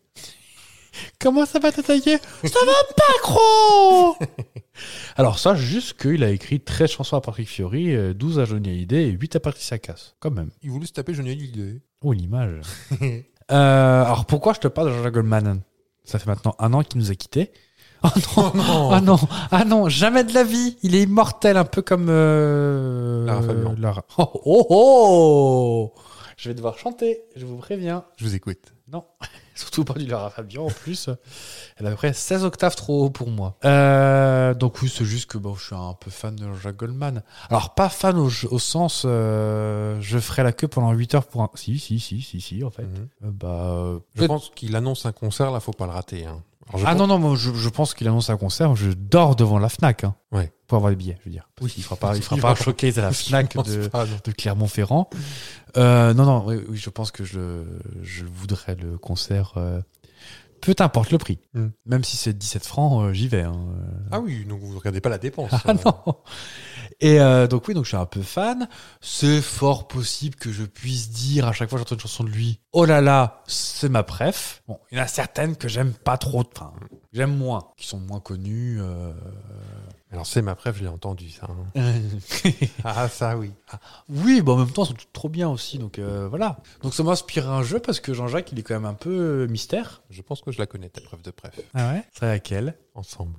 Speaker 5: Comment ça va t'attaquer Ça va pas, gros Alors ça, juste qu'il a écrit 13 chansons à Patrick Fiori, euh, 12 à Johnny Hallyday et 8 à Patricia Cass, quand même.
Speaker 6: Il voulait se taper Johnny Hallyday.
Speaker 5: Oh, l'image Euh, Alors pourquoi je te parle de Jean-Jacques Goldman Ça fait maintenant un an qu'il nous a quittés. Oh non
Speaker 6: non
Speaker 5: Ah non, ah non, jamais de la vie. Il est immortel, un peu comme euh,
Speaker 6: Lara Fabian.
Speaker 5: Lara- Oh, oh, oh Je vais devoir chanter, je vous préviens.
Speaker 6: Je vous écoute.
Speaker 5: Non, surtout pas du Lara Fabian en plus. Elle a à peu près 16 octaves trop haut pour moi. Euh, donc oui, c'est juste que bon, je suis un peu fan de Jacques Goldman. Alors pas fan au, au sens euh, je ferai la queue pendant 8 heures pour un... Si, si, si, si, si, en fait. Euh, bah, euh,
Speaker 6: Mhm. Mm. Je pense qu'il annonce un concert, là, faut pas le rater. hein. Alors, je
Speaker 5: ah
Speaker 6: pense-
Speaker 5: non, non, moi, je, je pense qu'il annonce un concert. Je dors devant la FNAC hein,
Speaker 6: Ouais.
Speaker 5: pour avoir les billets, je veux dire. Parce
Speaker 6: Oui.
Speaker 5: qu'il fera pas, il fera
Speaker 6: Il
Speaker 5: pas un
Speaker 6: va-
Speaker 5: showcase à la FNAC
Speaker 6: je pense
Speaker 5: de,
Speaker 6: pas, non.
Speaker 5: de Clermont-Ferrand. Euh, non, non, oui, oui, je pense que je, je voudrais le concert euh, peu importe le prix.
Speaker 6: Hmm.
Speaker 5: Même si c'est 17 francs, euh, j'y vais. hein.
Speaker 6: Ah oui, donc vous ne regardez pas la dépense.
Speaker 5: Ah non Et euh, donc oui, donc je suis un peu fan. C'est fort possible que je puisse dire à chaque fois que j'entends une chanson de lui, oh là là, c'est ma préf. Bon, il y en a certaines que j'aime pas trop, enfin, que j'aime moins, qui sont moins connues. euh.
Speaker 6: Alors c'est ma préf, je l'ai entendu ça. hein.
Speaker 5: euh.
Speaker 6: Ah ça oui.
Speaker 5: oui, bon, en même temps, elles sont toutes trop bien aussi, donc euh, voilà. Donc ça m'inspire un jeu parce que Jean-Jacques, il est quand même un peu euh, mystère.
Speaker 6: Je pense que je la connais ta preuve de préf.
Speaker 5: Ah ouais C'est laquelle
Speaker 6: Ensemble.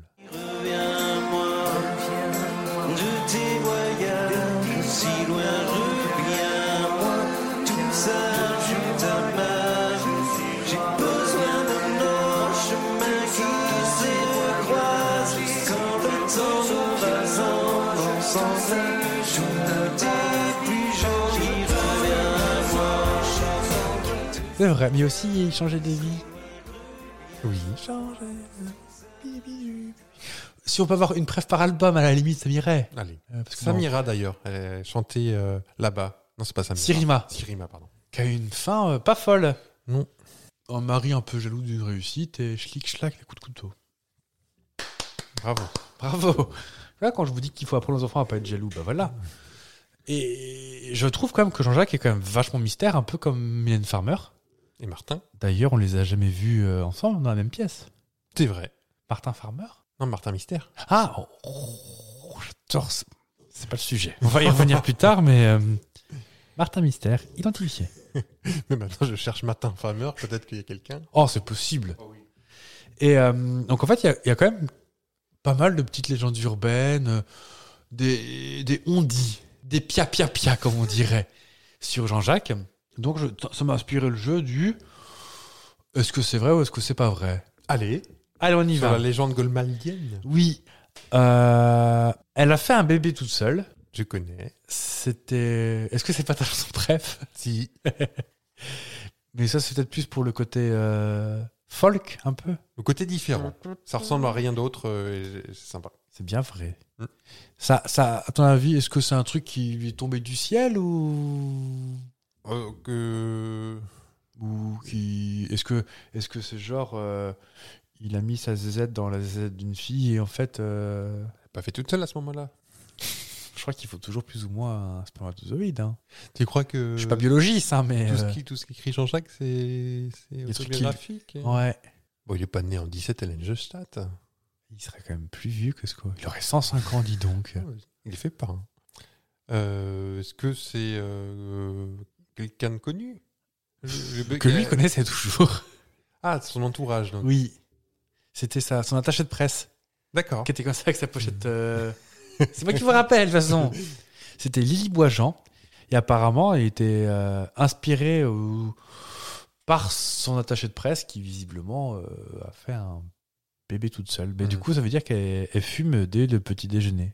Speaker 5: C'est vrai, mais aussi il changeait de vie.
Speaker 6: Oui.
Speaker 5: Changer de vie. Si on peut avoir une préf par album, à la limite, ça m'irait.
Speaker 6: Allez.
Speaker 5: Euh, parce que bon,
Speaker 6: Samira d'ailleurs, elle chantait euh, là-bas. Non c'est pas Samira.
Speaker 5: Sirima,
Speaker 6: Sirima pardon.
Speaker 5: qui a une fin euh, pas folle.
Speaker 6: Non.
Speaker 5: Un mari un peu jaloux d'une réussite et schlick-schlack les coups de couteau.
Speaker 6: Bravo.
Speaker 5: Bravo Là, quand je vous dis qu'il faut apprendre aux enfants à pas être jaloux, bah voilà. Et je trouve quand même que Jean-Jacques est quand même vachement mystère, un peu comme Mylène Farmer.
Speaker 6: Et Martin
Speaker 5: D'ailleurs, on les a jamais vus euh, ensemble dans la même pièce.
Speaker 6: C'est vrai.
Speaker 5: Martin Farmer
Speaker 6: Non Martin Mystère.
Speaker 5: Ah oh, oh, j'adore ce- C'est pas le sujet. On va y revenir plus tard, mais euh, Martin Mystère, identifié.
Speaker 6: Mais maintenant je cherche Martin Famer, peut-être qu'il y a quelqu'un.
Speaker 5: Oh, c'est possible. Et euh, donc, en fait, il y a- il y, a quand même pas mal de petites légendes urbaines, euh, des, des ondis, des pia-pia-pia, comme on dirait, sur Jean-Jacques. Donc, je- ça m'a inspiré le jeu du est-ce que c'est vrai ou est-ce que c'est pas vrai
Speaker 6: Allez,
Speaker 5: Allez, on y
Speaker 6: sur
Speaker 5: va.
Speaker 6: la légende golmaldienne.
Speaker 5: Oui. Euh, elle a fait un bébé toute seule.
Speaker 6: Je connais.
Speaker 5: C'était. Est-ce que c'est pas ta chanson bref
Speaker 6: Si.
Speaker 5: Mais ça, c'est peut-être plus pour le côté euh, folk, un peu.
Speaker 6: Le côté différent. Ça ressemble à rien d'autre euh, et c'est sympa.
Speaker 5: C'est bien vrai.
Speaker 6: Mm.
Speaker 5: Ça, ça, à ton avis, est-ce que c'est un truc qui lui est tombé du ciel ou
Speaker 6: Euh, que...
Speaker 5: ou qui est-ce que est-ce que c'est genre euh, il a mis sa zézette dans la zézette d'une fille et en fait euh,
Speaker 6: Pas fait toute seule à ce moment-là.
Speaker 5: je crois qu'il faut toujours plus ou moins un spermatozoïde. Hein.
Speaker 6: Tu crois que
Speaker 5: je suis pas biologiste hein, mais
Speaker 6: Euh, tout ce
Speaker 5: euh,
Speaker 6: qui tout ce qu'écrit Jean-Jacques c'est c'est
Speaker 5: trucs qui-
Speaker 6: autobiographique hein
Speaker 5: ouais,
Speaker 6: Bon, il est pas né en 17 Hélène Gestadt.
Speaker 5: il serait quand même plus vieux que ce quoi. Il aurait 105 ans, dis donc.
Speaker 6: Il fait pas. hein. Euh, Est-ce que c'est euh, quelqu'un de connu Je- je-
Speaker 5: Que lui connaissait toujours.
Speaker 6: Ah, son entourage. donc.
Speaker 5: Oui. C'était ça, son attaché de presse.
Speaker 6: D'accord.
Speaker 5: qui était comme ça avec sa pochette. euh, C'est moi qui vous rappelle, de toute façon. C'était Lily Boisjean. Et apparemment, il était euh, inspiré euh, par son attaché de presse qui, visiblement, euh, a fait un bébé toute seule. Mais du
Speaker 6: Mhm.
Speaker 5: coup, ça veut dire qu'elle elle fume dès le petit déjeuner.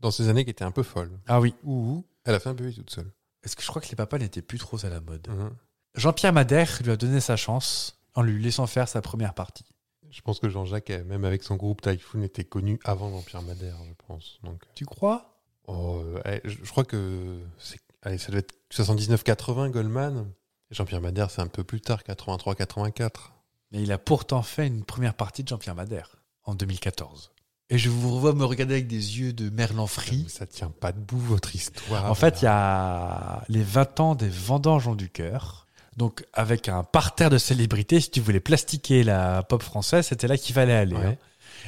Speaker 6: Dans ces années qui étaient un peu folles.
Speaker 5: Ah oui.
Speaker 6: Ou elle a fait un bébé toute seule.
Speaker 5: Parce que je crois que les papas n'étaient plus trop à la mode.
Speaker 6: Mhm.
Speaker 5: Jean-Pierre Madère lui a donné sa chance en lui laissant faire sa première partie.
Speaker 6: Je pense que Jean-Jacques, euh, même avec son groupe Typhoon, était connu avant Jean-Pierre Madère, je pense. Donc,
Speaker 5: Tu crois
Speaker 6: oh, euh, eh, je je crois que c'est- allez, ça doit être 79-80 Goldman. Jean-Pierre Madère, c'est un peu plus tard, 83-84.
Speaker 5: Mais il a pourtant fait une première partie de Jean-Pierre Madère en 2014. Et je vous revois me regarder avec des yeux de merlan frit.
Speaker 6: Ça tient pas debout, votre histoire.
Speaker 5: en fait, il y a les 20 ans des vendanges ont du cœur. Donc, avec un parterre de célébrités, si tu voulais plastiquer la pop française, c'était là qu'il fallait aller.
Speaker 6: Ouais.
Speaker 5: hein.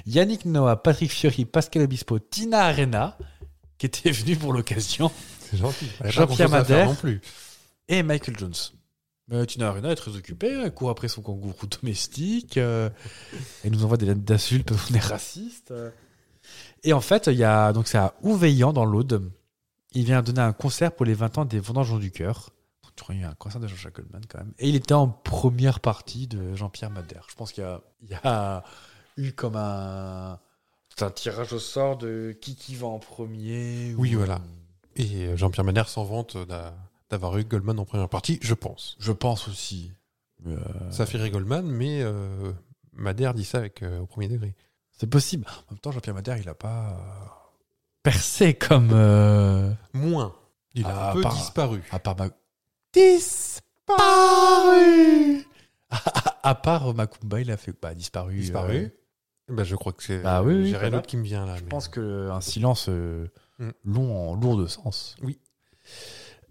Speaker 5: Yannick Noah, Patrick Fiori, Pascal Obispo, Tina Arena, qui était venue pour l'occasion,
Speaker 6: C'est gentil. Elle a pas
Speaker 5: Jean-Pierre
Speaker 6: grand-chose à faire
Speaker 5: Madère.
Speaker 6: non plus.
Speaker 5: et Michael Jones. Mais Tina Arena est très occupée, hein. elle court après son kangourou domestique, euh, elle nous envoie des lettres d'insultes parce qu'on est raciste. euh. Et en fait, il y a donc c'est à Ouveillan dans l'Aude. Il vient donner un concert pour les 20 ans des Vendanges du cœur. Donc, tu crois, Il y a eu un concert de Jean-Jacques Goldman quand même. Et il était en première partie de Jean-Pierre Madère. Je pense qu'il y a, il y a eu comme un, un tirage au sort de qui qui va en premier.
Speaker 6: Oui,
Speaker 5: ou-
Speaker 6: voilà. Et euh, Jean-Pierre Madère s'en vante d'a- d'avoir eu Goldman en première partie, je pense.
Speaker 5: Je pense aussi. Euh,
Speaker 6: Ça fait rire Goldman, mais euh, Madère dit ça avec, euh, au premier degré.
Speaker 5: C'est possible. En même temps, Jean-Pierre Madère, il a pas euh, percé comme. euh,
Speaker 6: Moins. Il a
Speaker 5: Ah,
Speaker 6: un peu
Speaker 5: par-
Speaker 6: disparu.
Speaker 5: à part ma. Disparu à, à part Makumba, il a fait bah, disparu.
Speaker 6: Disparu.
Speaker 5: euh,
Speaker 6: Bah, je crois que c'est.
Speaker 5: Bah oui, oui,
Speaker 6: J'ai
Speaker 5: voilà.
Speaker 6: rien d'autre qui me vient là.
Speaker 5: Je pense qu'un silence euh,
Speaker 6: Mm.
Speaker 5: long en lourd de sens.
Speaker 6: Oui.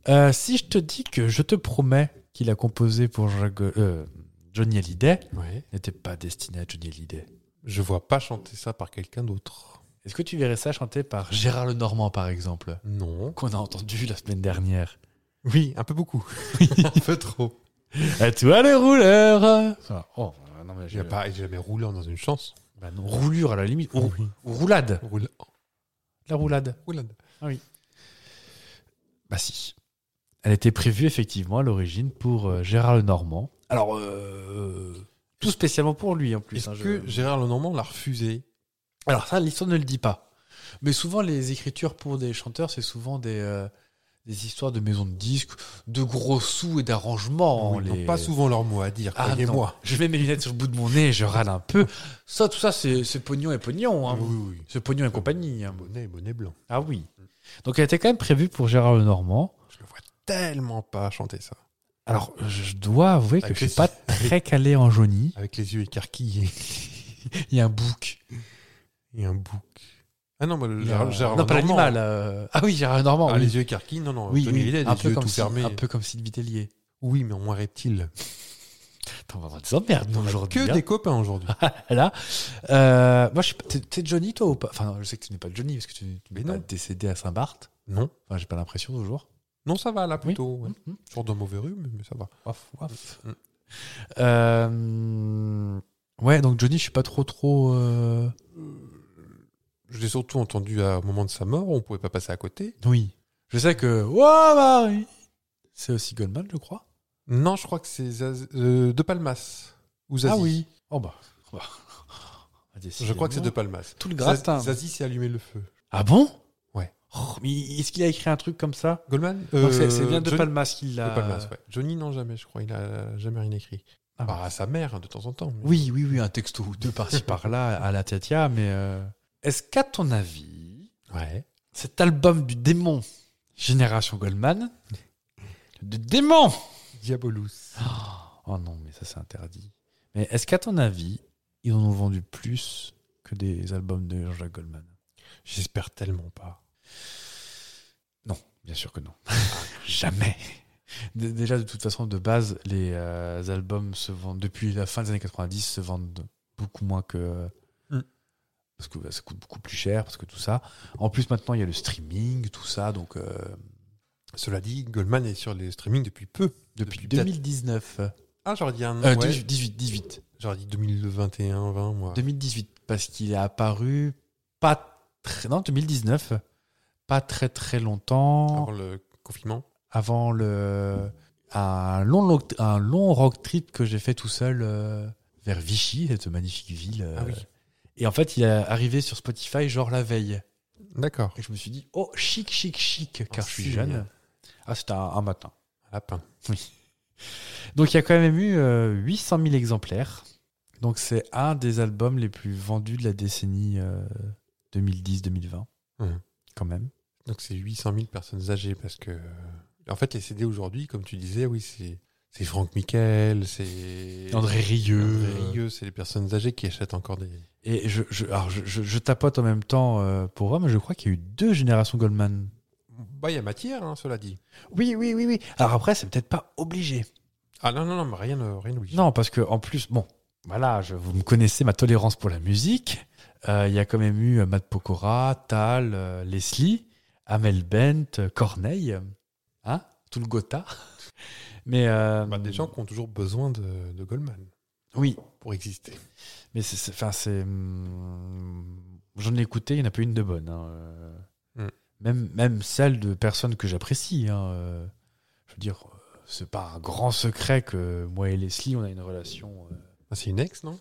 Speaker 5: Euh, si je te dis que je te promets qu'il a composé pour Jacques- euh, Johnny Hallyday,
Speaker 6: Ouais.
Speaker 5: n'était pas destiné à Johnny Hallyday.
Speaker 6: Je vois pas chanter ça par quelqu'un d'autre.
Speaker 5: Est-ce que tu verrais ça chanté par Gérard Lenormand, par exemple
Speaker 6: Non.
Speaker 5: Qu'on a entendu la semaine dernière.
Speaker 6: Oui, un peu beaucoup. un peu trop.
Speaker 5: À toi les rouleurs Voilà. Oh, non, mais
Speaker 6: J'ai
Speaker 5: j'ai
Speaker 6: pas j'ai jamais roulé dans une chanson.
Speaker 5: Bah non, roulure à la limite. Ou, ou roulade.
Speaker 6: Roule-
Speaker 5: La roulade.
Speaker 6: roulade.
Speaker 5: Bah si. Elle était prévue effectivement à l'origine pour euh, Gérard Lenormand. Alors, euh, tout spécialement pour lui en plus.
Speaker 6: Est-ce
Speaker 5: hein, je-
Speaker 6: que Gérard Lenormand l'a refusé
Speaker 5: Alors ça, l'histoire ne le dit pas. Mais souvent, les écritures pour des chanteurs, c'est souvent des, euh, des histoires de maisons de disques, de gros sous et d'arrangements.
Speaker 6: Oui,
Speaker 5: Oh, les-
Speaker 6: Ils n'ont pas souvent leur mot à dire,
Speaker 5: Ah, non.
Speaker 6: croyez-moi.
Speaker 5: Je mets mes lunettes sur le bout de mon nez, je râle un peu. Ça, tout ça, c'est c'est pognon et pognon. hein.
Speaker 6: oui, oui.
Speaker 5: C'est pognon et compagnie. hein.
Speaker 6: Bonnet, bonnet blanc.
Speaker 5: Ah oui. Donc elle était quand même prévue pour Gérard Lenormand.
Speaker 6: Je le vois tellement pas chanter ça.
Speaker 5: Alors, je dois avouer que
Speaker 6: Avec
Speaker 5: je
Speaker 6: les-
Speaker 5: suis pas très calé en Johnny.
Speaker 6: Avec les yeux écarquillés
Speaker 5: Il y a un bouc.
Speaker 6: et un bouc. Ah non, bah, le
Speaker 5: Il y a-
Speaker 6: Gérard, Gérard
Speaker 5: non, pas
Speaker 6: Lenormand.
Speaker 5: l'animal. euh, Ah oui, Gérard Lenormand.
Speaker 6: Ah,
Speaker 5: oui.
Speaker 6: les yeux écarquillés, non, non.
Speaker 5: Oui,
Speaker 6: Johnny
Speaker 5: oui,
Speaker 6: Hallyday a
Speaker 5: un,
Speaker 6: des
Speaker 5: peu
Speaker 6: yeux
Speaker 5: comme
Speaker 6: tout
Speaker 5: si-
Speaker 6: fermés.
Speaker 5: un peu comme Sylvie Tellier.
Speaker 6: Oui, mais en moins reptile.
Speaker 5: Attends, on va avoir des emmerdes nous, aujourd'hui.
Speaker 6: Que
Speaker 5: hein.
Speaker 6: des copains aujourd'hui.
Speaker 5: Là, euh, moi, je sais pas, t'es- t'es Johnny, toi, ou pas Enfin, non, je sais que tu n'es pas Johnny, parce que tu, tu
Speaker 6: Mais
Speaker 5: n'es pas
Speaker 6: non.
Speaker 5: décédé à Saint-Barth.
Speaker 6: non.
Speaker 5: Enfin, j'ai pas l'impression, toujours.
Speaker 6: Non, ça va là plutôt. ouais.
Speaker 5: Mhm.
Speaker 6: Sur d'un mauvais rhume, mais ça va.
Speaker 5: Waf, waf.
Speaker 6: Mm.
Speaker 5: Euh, ouais, donc Johnny, je suis pas trop, trop... euh,
Speaker 6: Je l'ai surtout entendu à- au moment de sa mort, on pouvait pas passer à côté.
Speaker 5: Oui. Je sais que... Ouah, Marie C'est aussi Goldman, je crois.
Speaker 6: Non, je crois que c'est Zaz- euh, De Palmas. Ou Zazie.
Speaker 5: Ah oui. Oh bah... Ah, oh bah.
Speaker 6: Je crois que c'est De Palmas.
Speaker 5: Tout le gratin.
Speaker 6: Zaz- Zazie s'est allumé le feu.
Speaker 5: Ah bon
Speaker 6: Ouais.
Speaker 5: Oh, mais est-ce qu'il a écrit un truc comme ça
Speaker 6: Goldman
Speaker 5: Non, C'est
Speaker 6: Euh,
Speaker 5: c'est bien De
Speaker 6: Johnny-
Speaker 5: Palmas qui
Speaker 6: De
Speaker 5: l'a...
Speaker 6: Palmas, ouais. Johnny, non, jamais, je crois. Il a jamais rien écrit.
Speaker 5: Ah.
Speaker 6: Bah, à sa mère, de temps en temps. mais-
Speaker 5: Oui, oui, oui, un texto ou deux par-ci par-là à la Tatia, mais euh, est-ce qu'à ton avis,
Speaker 6: Ouais.
Speaker 5: cet album du démon, Génération Goldman, de démon
Speaker 6: Diabolus.
Speaker 5: Oh non, mais ça c'est interdit. Mais est-ce qu'à ton avis, ils en ont vendu plus que des albums de Jean-Jacques Goldman
Speaker 6: J'espère tellement pas.
Speaker 5: Non, bien sûr que non. Jamais. Dé- Déjà, de toute façon, de base, les euh, albums se vendent, depuis la fin des années 90, se vendent beaucoup moins que.
Speaker 6: Mm.
Speaker 5: Parce que bah, ça coûte beaucoup plus cher, parce que tout ça. En plus, maintenant, il y a le streaming, tout ça, donc. euh,
Speaker 6: Cela dit, Goldman est sur les streamings depuis peu.
Speaker 5: depuis
Speaker 6: Depuis
Speaker 5: 2019.
Speaker 6: Ah, j'aurais dit un.
Speaker 5: Euh,
Speaker 6: ouais,
Speaker 5: 18, 18.
Speaker 6: J'aurais dit 2021, 20, moi.
Speaker 5: 2018, parce qu'il est apparu pas très. Non, 2019. Pas très très longtemps.
Speaker 6: Avant le confinement.
Speaker 5: avant le un long lo- un long rock trip que j'ai fait tout seul euh, vers Vichy, cette magnifique ville. euh.
Speaker 6: Ah oui.
Speaker 5: Et en fait, il est arrivé sur Spotify genre la veille.
Speaker 6: D'accord.
Speaker 5: Et je me suis dit oh chic chic chic car
Speaker 6: Oh,
Speaker 5: je suis
Speaker 6: si.
Speaker 5: jeune. Ah c'était un, un matin.
Speaker 6: Lapin.
Speaker 5: Donc il y a quand même eu euh, 800 000 exemplaires. Donc c'est un des albums les plus vendus de la décennie euh, 2010-2020.
Speaker 6: Mhm.
Speaker 5: Quand même.
Speaker 6: Donc c'est 800 000 personnes âgées parce que. En fait, les CD aujourd'hui, comme tu disais, oui, c'est. C'est Franck Michael, c'est.
Speaker 5: André Rieu.
Speaker 6: André Rieu, c'est les personnes âgées qui achètent encore des.
Speaker 5: Et je, je, alors je, je- je tapote en même temps euh, pour voir, mais je crois qu'il y a eu deux générations Goldman.
Speaker 6: Bah, il y a matière, hein, cela dit.
Speaker 5: Oui, oui, oui, oui. Alors après, c'est peut-être pas obligé.
Speaker 6: Ah non, non, non, mais rien, euh, rien n'oblige.
Speaker 5: Non, parce que en plus, bon, voilà, je, vous me connaissez ma tolérance pour la musique. Euh, Il y a quand même eu euh, Matt Pokora, Tal, euh, Leslie, Amel Bent, euh, Corneille, euh, hein, tout le Gotha. Mais euh,
Speaker 6: Bah, des gens qui ont toujours besoin de, de Goldman
Speaker 5: oui,
Speaker 6: pour exister.
Speaker 5: mais c'est, c'est- enfin, c'est, hum, j'en ai écouté, il n'y en a pas une de bonne. hein, euh.
Speaker 6: Mm.
Speaker 5: Même, même celle de personnes que j'apprécie. hein, euh. Je veux dire, euh, c'est pas un grand secret que moi et Leslie, on a une relation. euh,
Speaker 6: Ah, c'est une ex, non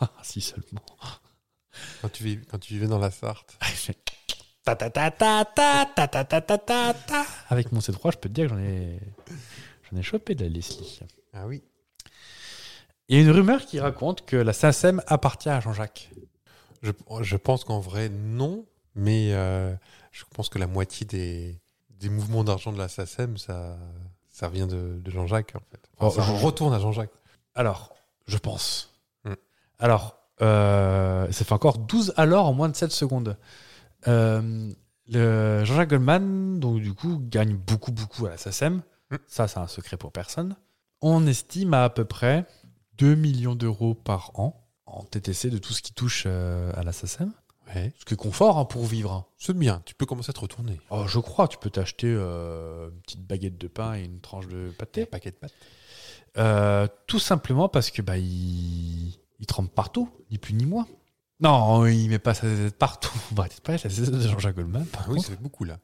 Speaker 5: Ah, si seulement.
Speaker 6: quand tu, vis- quand tu vivais dans la Sarthe.
Speaker 5: Ta ta ta ta ta ta ta ta ta ta ta. Avec mon C3, je peux te dire que j'en ai, j'en ai chopé de la Leslie.
Speaker 6: Ah oui.
Speaker 5: Il y a une rumeur qui raconte que la SACEM appartient à Jean-Jacques.
Speaker 6: Je, je pense qu'en vrai, non. Mais euh, je pense que la moitié des, des mouvements d'argent de la SACEM, ça, ça vient de, de Jean-Jacques, en fait. Enfin,
Speaker 5: Oh,
Speaker 6: ça
Speaker 5: je-
Speaker 6: retourne à Jean-Jacques.
Speaker 5: Alors, je pense.
Speaker 6: Mm.
Speaker 5: Alors, euh, ça fait encore 12 alors en moins de 7 secondes. Euh, le Jean-Jacques Goldman, donc du coup, gagne beaucoup, beaucoup à la SACEM.
Speaker 6: Mm.
Speaker 5: Ça, c'est un secret pour personne. On estime à à peu près 2 millions d'euros par an en TTC de tout ce qui touche euh, à la SACEM.
Speaker 6: Ouais.
Speaker 5: Ce qui est confort hein, pour vivre. hein.
Speaker 6: C'est bien, tu peux commencer à te retourner.
Speaker 5: Oh, je crois, tu peux t'acheter euh, une petite baguette de pain et une tranche de pâté.
Speaker 6: paquet de pâtes.
Speaker 5: Euh, tout simplement parce que bah, il, il trempe partout, ni plus ni moins. Non, il met pas sa ZZ partout. Bah, c'est pas la ZZ de Jean-Jacques Goldman. par
Speaker 6: Ah oui,
Speaker 5: contre.
Speaker 6: ça fait beaucoup là.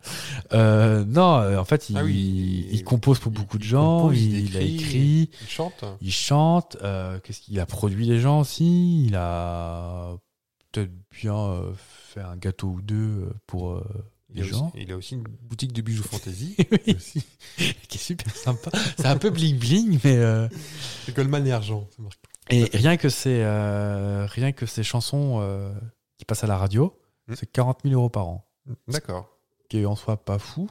Speaker 5: Euh, non, euh, en fait, il,
Speaker 6: Ah oui,
Speaker 5: il compose pour
Speaker 6: il-
Speaker 5: beaucoup de
Speaker 6: il
Speaker 5: gens.
Speaker 6: compose,
Speaker 5: il,
Speaker 6: il
Speaker 5: a
Speaker 6: écrit.
Speaker 5: écrit,
Speaker 6: Il chante
Speaker 5: il chante. hein. euh, Qu'est-ce qu'il a produit les gens aussi Il a peut-être bien euh, fait un gâteau ou deux euh, pour euh, les
Speaker 6: il a,
Speaker 5: gens.
Speaker 6: aussi, il a aussi une boutique de bijoux fantasy.
Speaker 5: Oui,
Speaker 6: aussi.
Speaker 5: qui est super sympa. C'est un peu bling bling, mais. euh,
Speaker 6: C'est Goldman et Argent. c'est marqué.
Speaker 5: Et rien que ces, euh, rien que ces chansons euh, qui passent à la radio,
Speaker 6: Mm.
Speaker 5: c'est 40 000 euros par an.
Speaker 6: D'accord.
Speaker 5: Qui est en soi pas fou.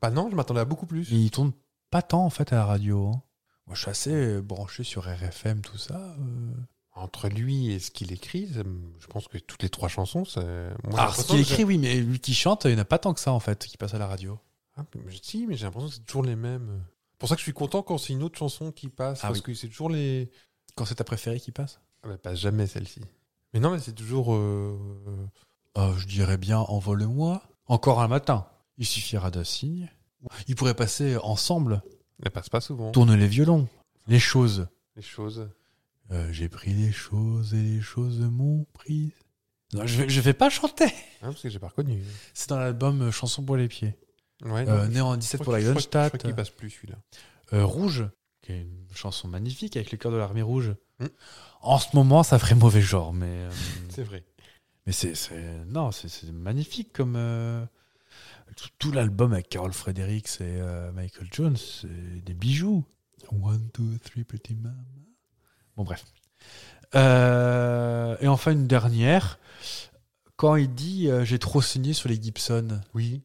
Speaker 6: Bah non, je m'attendais à beaucoup plus.
Speaker 5: Mais ils tournent pas tant en fait à la radio. hein. Moi je suis assez euh, branché sur RFM, tout ça. euh.
Speaker 6: Entre lui et ce qu'il écrit, ça me- je pense que toutes les trois chansons, c'est. moi, j'ai
Speaker 5: Alors Ah, ce
Speaker 6: l'impression
Speaker 5: qu'il
Speaker 6: que-
Speaker 5: Bah, écrit, oui, mais lui qui chante, il n'y en a pas tant que ça en fait qui passe à la radio.
Speaker 6: Ah, mais- si, mais j'ai l'impression que c'est toujours les mêmes. C'est pour ça que je suis content quand c'est une autre chanson qui passe,
Speaker 5: Ah
Speaker 6: parce
Speaker 5: oui.
Speaker 6: que c'est toujours les.
Speaker 5: Quand c'est ta préférée qui passe
Speaker 6: Ah, bah, pas jamais celle-ci. Mais non, mais c'est toujours. euh,
Speaker 5: Euh, Je dirais bien Envole-moi. Encore un matin. Il suffira d'un signe. Ils pourraient passer ensemble.
Speaker 6: Elle passe pas souvent.
Speaker 5: Tourne les violons. Les choses.
Speaker 6: Les choses.
Speaker 5: Euh, j'ai pris les choses et les choses m'ont pris. Non, je, vais- je vais pas chanter.
Speaker 6: Hein, parce que j'ai pas reconnu.
Speaker 5: C'est dans l'album euh, Chanson pour les pieds.
Speaker 6: Ouais,
Speaker 5: Euh,
Speaker 6: non,
Speaker 5: né en
Speaker 6: je
Speaker 5: 17
Speaker 6: crois
Speaker 5: pour
Speaker 6: que-
Speaker 5: la
Speaker 6: je crois que- Je
Speaker 5: Grandstadt.
Speaker 6: crois qu'il passe plus celui-là.
Speaker 5: Euh, Rouge, qui est une chanson magnifique avec le cœur de l'armée rouge.
Speaker 6: Hmm.
Speaker 5: En ce moment, ça ferait mauvais genre, mais euh,
Speaker 6: C'est vrai.
Speaker 5: mais c'est c'est- non, c'est c'est magnifique comme euh, tout, tout l'album avec Carol Fredericks et euh, Michael Jones, c'est des bijoux. One, two, three, pretty mama. Bon, bref. Euh, et enfin, une dernière. Quand il dit euh, J'ai trop saigné sur les Gibson
Speaker 6: Oui.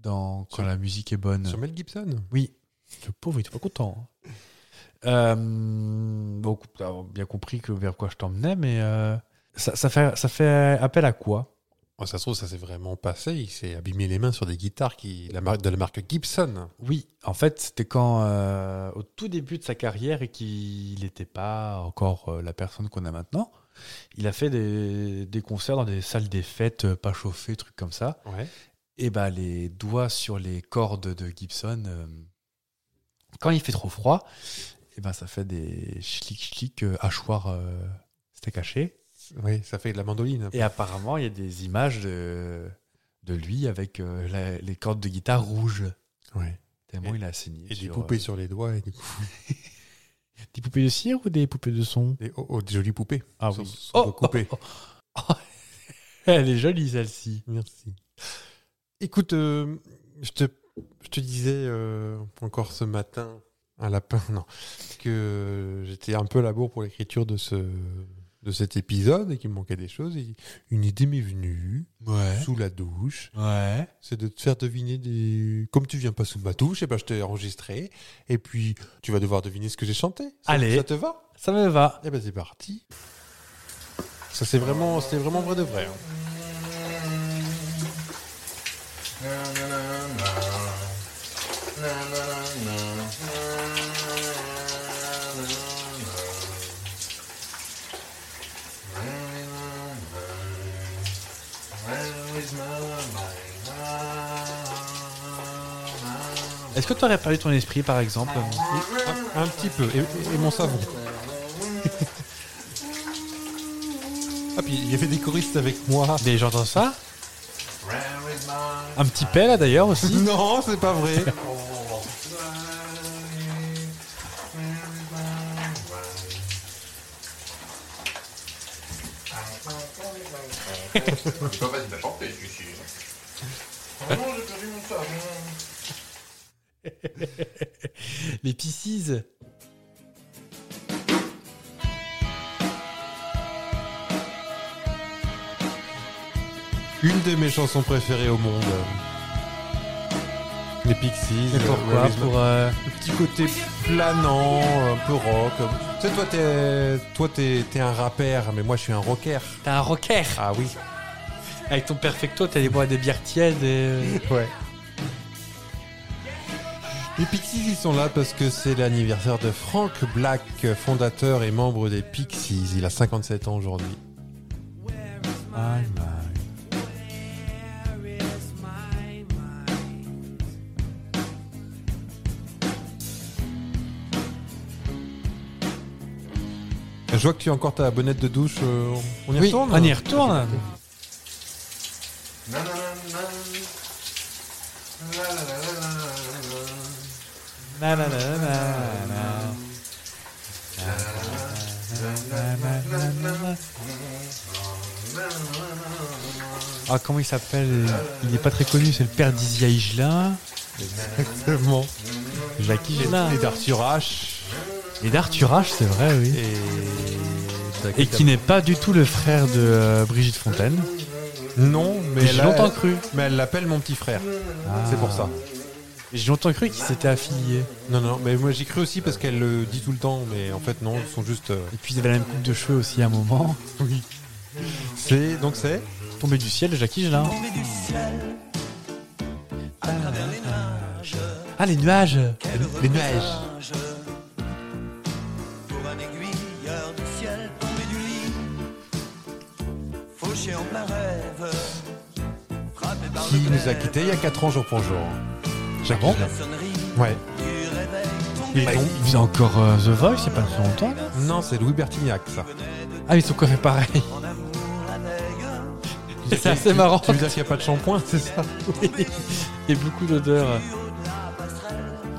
Speaker 5: dans Quand
Speaker 6: Sur-
Speaker 5: la musique est bonne.
Speaker 6: Sur Mel Gibson.
Speaker 5: Oui. Le pauvre, il était pas content. hein. Euh, donc, t'as bien compris que vers quoi je t'emmenais, mais euh, ça, ça fait, ça fait appel à quoi
Speaker 6: Oh, ça se trouve, ça s'est vraiment passé. Il s'est abîmé les mains sur des guitares qui, la marque, de la marque Gibson.
Speaker 5: Oui, en fait, c'était quand, euh, au tout début de sa carrière et qu'il n'était pas encore euh, la personne qu'on a maintenant, il a fait des, des concerts dans des salles des fêtes euh, pas chauffées, trucs comme ça.
Speaker 6: Ouais.
Speaker 5: Et bah, les doigts sur les cordes de Gibson, euh, quand il fait trop froid, et ben ça fait des chlic-chlic euh, hachoirs, euh, c'était caché.
Speaker 6: Oui, ça fait de la mandoline.
Speaker 5: Et apparemment, il y a des images de, de lui avec euh, la- les cordes de guitare rouges.
Speaker 6: Ouais.
Speaker 5: Tellement il a saigné.
Speaker 6: Et des
Speaker 5: sur,
Speaker 6: poupées
Speaker 5: euh,
Speaker 6: sur les doigts et des,
Speaker 5: Des poupées de cire ou des poupées de son
Speaker 6: des- oh, oh, des jolies poupées.
Speaker 5: Ah
Speaker 6: Sur-
Speaker 5: oui.
Speaker 6: sur
Speaker 5: Oh,
Speaker 6: vos coupées.
Speaker 5: oh, oh. Elle est jolie celle-ci.
Speaker 6: Merci. Écoute, euh, je, te, je te disais euh, encore ce matin, un lapin, non, que j'étais un peu à la bourre pour l'écriture de, ce, de cet épisode et qu'il me manquait des choses. Et une idée m'est venue,
Speaker 5: Ouais.
Speaker 6: sous la douche,
Speaker 5: Ouais.
Speaker 6: c'est de te faire deviner des. Comme tu viens pas sous ma douche, et ben je t'ai enregistré, et puis tu vas devoir deviner ce que j'ai chanté. Ça-
Speaker 5: Allez.
Speaker 6: Ça te va
Speaker 5: Ça me va.
Speaker 6: Eh ben c'est parti. Ça c'est vraiment, c'était vraiment vrai de vrai. hein.
Speaker 5: Est-ce que tu aurais perdu ton esprit, par exemple
Speaker 6: Un, un petit peu, et, et- et mon savon. ah, puis il y avait des choristes avec moi.
Speaker 5: Mais j'entends ça. Un petit paix, là, d'ailleurs, aussi.
Speaker 6: Non, c'est pas vrai.
Speaker 5: Les Pisces.
Speaker 6: Une de mes chansons préférées au monde. Les Pixies.
Speaker 5: Mais
Speaker 6: euh,
Speaker 5: pourquoi
Speaker 6: Where is my-
Speaker 5: Pour euh,
Speaker 6: Le petit côté planant, un peu rock. Tu sais, toi, t'es, toi, t'es, t'es un rappeur, mais moi, je suis un rocker.
Speaker 5: t'es un rocker.
Speaker 6: Ah oui.
Speaker 5: Avec ton perfecto, t'allais boire des bières tièdes. Et... euh,
Speaker 6: Ouais. Les Pixies, ils sont là parce que c'est l'anniversaire de Frank Black, fondateur et membre des Pixies. Il a 57 ans aujourd'hui. Je vois que tu as encore ta bonnette de douche. euh, on y
Speaker 5: oui,
Speaker 6: retourne
Speaker 5: on y retourne. Na, na, na, na, na, na. Na, na, na, na, na, na. Ah, comment il s'appelle Il n'est pas très connu, c'est le père d'Isia Ijla.
Speaker 6: Exactement.
Speaker 5: Jacques Ijla.
Speaker 6: Et d'Arthur H.
Speaker 5: Et d'Arthur H, c'est vrai, oui.
Speaker 6: Et,
Speaker 5: Et qui n'est pas du tout le frère de euh, Brigitte Fontaine.
Speaker 6: Non, mais
Speaker 5: J'ai
Speaker 6: elle,
Speaker 5: longtemps cru. Ah.
Speaker 6: mais elle l'appelle mon petit frère. C'est pour ça.
Speaker 5: J'ai longtemps cru qu'ils s'étaient affiliés.
Speaker 6: Non, non, mais moi j'y cru aussi parce qu'elle le dit tout le temps, mais en fait non, ils sont juste. euh,
Speaker 5: Et puis ils avaient la même coupe de cheveux aussi à un moment.
Speaker 6: Oui. C'est donc c'est.
Speaker 5: Tombé du ciel, Jackie hein. Gelin. Ah, les nuages
Speaker 6: Les nuages.
Speaker 7: Pour un aiguilleur du ciel tombé du lit, fauché en plein rêve, frappé par
Speaker 6: Qui
Speaker 7: le
Speaker 6: nous a
Speaker 7: glaive,
Speaker 6: quittés il y a 4 ans jour pour jour. Jacques
Speaker 5: Ah bon
Speaker 6: Higelin.
Speaker 7: la sonnerie
Speaker 6: Ouais.
Speaker 7: du réveil tombé.
Speaker 6: Et
Speaker 5: Bah,
Speaker 6: donc-
Speaker 5: Ils faisaient encore euh, The Voice, c'est pas très longtemps.
Speaker 6: Non, c'est Louis Bertignac ça.
Speaker 5: Ah, ils sont coiffés pareil.
Speaker 7: En amour, la veille,
Speaker 5: C'est assez marrant.
Speaker 6: Tu veux dire qu'il n'y a pas de shampoing, c'est ça
Speaker 5: Et beaucoup d'odeurs.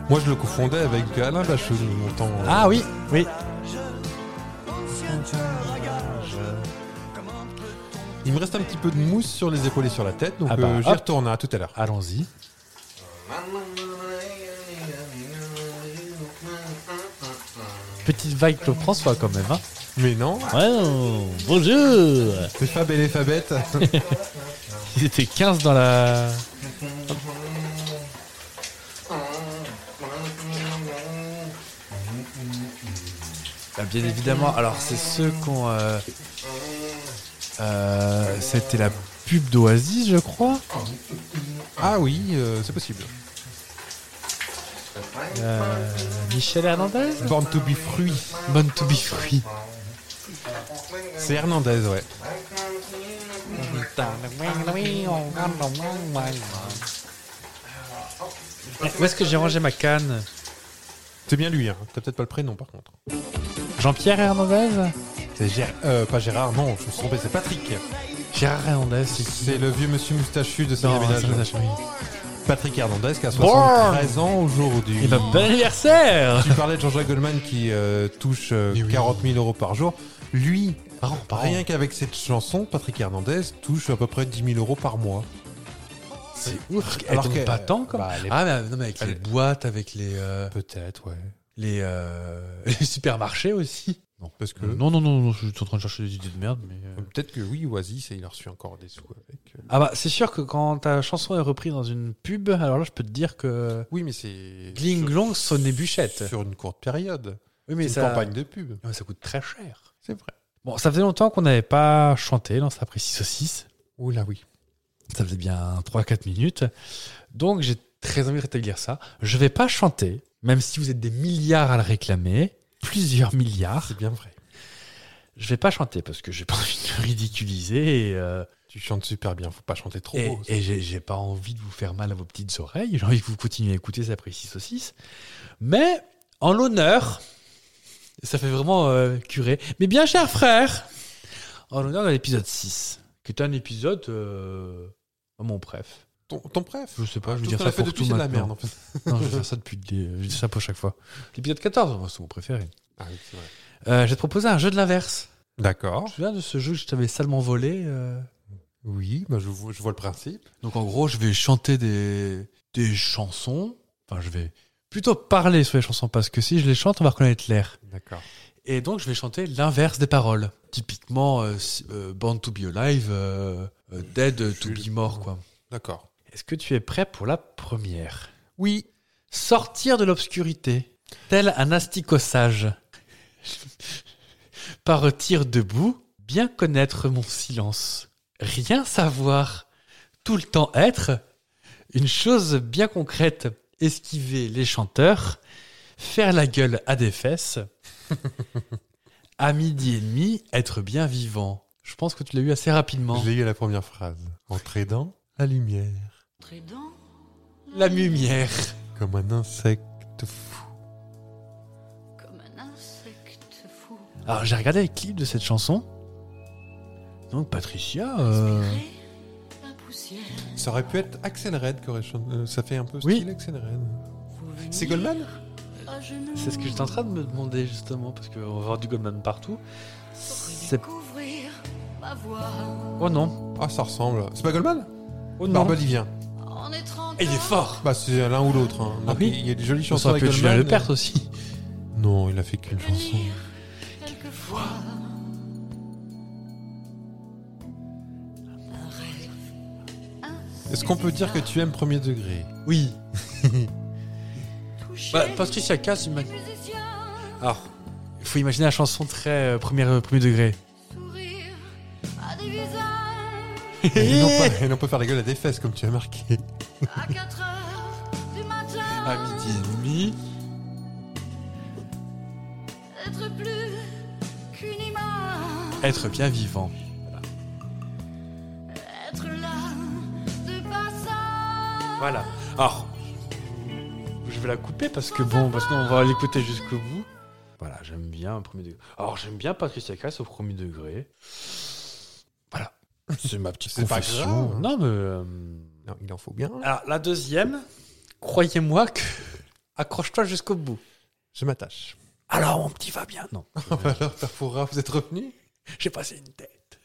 Speaker 6: Moi je le confondais avec Alain Bachung longtemps.
Speaker 5: Ah oui, oui.
Speaker 6: Il me reste un petit peu de mousse sur les épaules et sur la tête, donc
Speaker 5: Ah bah,
Speaker 6: euh, j'y
Speaker 5: hop.
Speaker 6: retourne à tout à l'heure.
Speaker 5: Allons-y. Petite vague Claude François quand même. Hein.
Speaker 6: Mais non,
Speaker 5: bonjour
Speaker 6: c'est Fab et les Fabettes.
Speaker 5: Ils étaient 15 dans la... Bah, bien évidemment, alors c'est ceux euh, qu'on...
Speaker 6: Euh,
Speaker 5: C'était la pub d'Oasis, je crois.
Speaker 6: ah oui, euh, c'est possible.
Speaker 5: Euh, Michel Hernandez
Speaker 6: Born to be fruit.
Speaker 5: Bonne to be free.
Speaker 6: C'est Hernandez, ouais.
Speaker 5: Eh, Où est-ce que j'ai rangé ma canne
Speaker 6: C'est bien lui, hein. T'as peut-être pas le prénom par contre.
Speaker 5: Jean-Pierre Hernandez
Speaker 6: C'est Gér- euh, pas Gérard, non, je me suis trompé, c'est Patrick.
Speaker 5: Gérard Hernandez, c'est qui
Speaker 6: C'est le vieux monsieur moustachu de
Speaker 5: Non,
Speaker 6: Saint-Ménage.
Speaker 5: c'est pas ça, oui.
Speaker 6: Patrick Hernandez qui a
Speaker 5: Born.
Speaker 6: 73 ans aujourd'hui.
Speaker 5: Eh ben, bon anniversaire
Speaker 6: Tu parlais de Jean-Jacques Goldman qui euh, touche euh, 40 000 euros par jour. Lui, rien qu'avec cette chanson, Patrick Hernandez touche à peu près 10 000 euros par mois.
Speaker 5: C'est ouf.
Speaker 6: Alors
Speaker 5: Alors
Speaker 6: que-
Speaker 5: que pas tant comme.
Speaker 6: bah, elle est-
Speaker 5: Ah mais, non mais avec
Speaker 6: elle
Speaker 5: les
Speaker 6: est-
Speaker 5: boîtes, avec les euh,
Speaker 6: Peut-être, ouais.
Speaker 5: les, euh, les supermarchés aussi. Euh,
Speaker 6: Parce que
Speaker 5: Non non non non, je suis en train de chercher des idées de merde mais. euh.
Speaker 6: peut-être que oui, Oasis, il a reçu encore des sous avec. euh,
Speaker 5: Ah bah c'est sûr que quand ta chanson est reprise dans une pub, alors là je peux te dire que
Speaker 6: Oui, mais c'est
Speaker 5: Gling Glong sonnait bûchette.
Speaker 6: sur une courte période.
Speaker 5: Oui
Speaker 6: C'est
Speaker 5: mais
Speaker 6: une
Speaker 5: ça.
Speaker 6: campagne de pub.
Speaker 5: Ouais, ça coûte très cher.
Speaker 6: C'est vrai.
Speaker 5: Bon, ça faisait longtemps qu'on n'avait pas chanté dans Saprécis Saucisse.
Speaker 6: Oh là oui.
Speaker 5: Ça faisait bien 3-4 minutes. Donc j'ai très envie de rétablir ça. Je vais pas chanter, même si vous êtes des milliards à le réclamer, plusieurs milliards.
Speaker 6: C'est bien vrai.
Speaker 5: Je vais pas chanter parce que j'ai pas envie de me ridiculiser et, euh,
Speaker 6: Tu chantes super bien, faut pas chanter trop
Speaker 5: et,
Speaker 6: beau.
Speaker 5: et j'ai j'ai pas envie de vous faire mal à vos petites oreilles. J'ai envie que vous continuez à écouter ça précis saucisse. Mais en l'honneur, ça fait vraiment euh, curé. Mais bien cher frère, en l'honneur de l'épisode 6, qui est un épisode euh, à mon préf.
Speaker 6: Ton, ton préf
Speaker 5: Je sais pas, je
Speaker 6: Tout
Speaker 5: veux
Speaker 6: ce
Speaker 5: dire
Speaker 6: qu'on
Speaker 5: ça
Speaker 6: a fait
Speaker 5: pour
Speaker 6: depuis,
Speaker 5: tout
Speaker 6: c'est de la
Speaker 5: maintenant.
Speaker 6: merde en fait.
Speaker 5: Non, je vais faire ça depuis des- je dis ça pour chaque fois. L'épisode 14, oh, c'est mon préféré.
Speaker 6: Ah oui, c'est vrai.
Speaker 5: Euh, je vais te proposer un jeu de l'inverse.
Speaker 6: D'accord.
Speaker 5: Je me souviens de ce jeu que je t'avais salement volé. euh.
Speaker 6: Oui, bah, je, vois, je vois le principe.
Speaker 5: Donc en gros, je vais chanter des, des chansons. Enfin, je vais plutôt parler sur les chansons parce que si je les chante, on va reconnaître l'air.
Speaker 6: D'accord.
Speaker 5: Et donc, je vais chanter l'inverse des paroles. Typiquement, euh, si- euh, Born to be Alive, euh, euh, Dead to be Mort, quoi.
Speaker 6: D'accord.
Speaker 5: Est-ce que tu es prêt pour la première Oui. Sortir de l'obscurité, tel un asticot sage. Partir debout, bien connaître mon silence. Rien savoir, tout le temps être. Une chose bien concrète, esquiver les chanteurs. Faire la gueule à des fesses. à midi et demi, être bien vivant. Je pense que tu l'as eu assez rapidement.
Speaker 6: J'ai eu la première phrase. Entrer dans la lumière,
Speaker 5: La lumière.
Speaker 6: comme un insecte fou.
Speaker 8: Comme un insecte fou.
Speaker 5: Alors j'ai regardé les clips de cette chanson. Donc Patricia, euh,
Speaker 8: La poussière.
Speaker 6: Ça aurait pu être Axel Red, qui aurait chan- euh, ça fait un peu
Speaker 5: Oui.
Speaker 6: style Axel Red. C'est Goldman
Speaker 8: à genoux.
Speaker 5: c'est ce que j'étais en train de me demander justement parce qu'on va voir du Goldman partout. C'est-
Speaker 8: Découvrir ma voix
Speaker 5: Oh non,
Speaker 6: Ah, ça ressemble. C'est pas Goldman
Speaker 5: oh non.
Speaker 6: Barbadivien.
Speaker 8: en étrange.
Speaker 5: Et Il est fort.
Speaker 6: Bah, c'est l'un ou l'autre. hein.
Speaker 5: Ah oui
Speaker 6: Il y a des jolies
Speaker 5: Je
Speaker 6: chansons
Speaker 5: ça aurait
Speaker 6: avec
Speaker 5: pu être Julien
Speaker 6: Goldman.
Speaker 5: Lepers aussi.
Speaker 6: Non, il a fait qu'une chanson.
Speaker 8: Venir quelquefois. Un rêve.
Speaker 6: Est-ce qu'on peut dire que tu aimes premier degré
Speaker 5: Oui.
Speaker 8: Touché.
Speaker 5: Bah, Patricia Cass, il m'a-
Speaker 8: Musicien.
Speaker 5: alors il faut imaginer la chanson très euh, premier, euh, premier degré.
Speaker 8: Sourire à des visages.
Speaker 6: Et non, pas, et non pas faire la gueule à des fesses, comme tu as marqué.
Speaker 8: À 4 heures du matin.
Speaker 5: À midi et demi.
Speaker 8: Être plus qu'une image.
Speaker 5: Être bien vivant.
Speaker 8: Être là de passage.
Speaker 5: Voilà. Alors, je vais la couper parce que bon, parce qu'on va l'écouter jusqu'au bout. Voilà, j'aime bien au premier degré. Alors, j'aime bien Patricia Cass au premier degré. Voilà. C'est ma petite
Speaker 6: C'est pas
Speaker 5: confession.
Speaker 6: grave.
Speaker 5: Non, mais. euh,
Speaker 6: Non, il en faut bien.
Speaker 5: Alors, la deuxième, croyez-moi que. Accroche-toi jusqu'au bout.
Speaker 6: Je m'attache.
Speaker 5: Alors, mon petit Fabien. Non.
Speaker 6: Alors, Perfoura, vous êtes revenu
Speaker 5: J'ai passé une tête.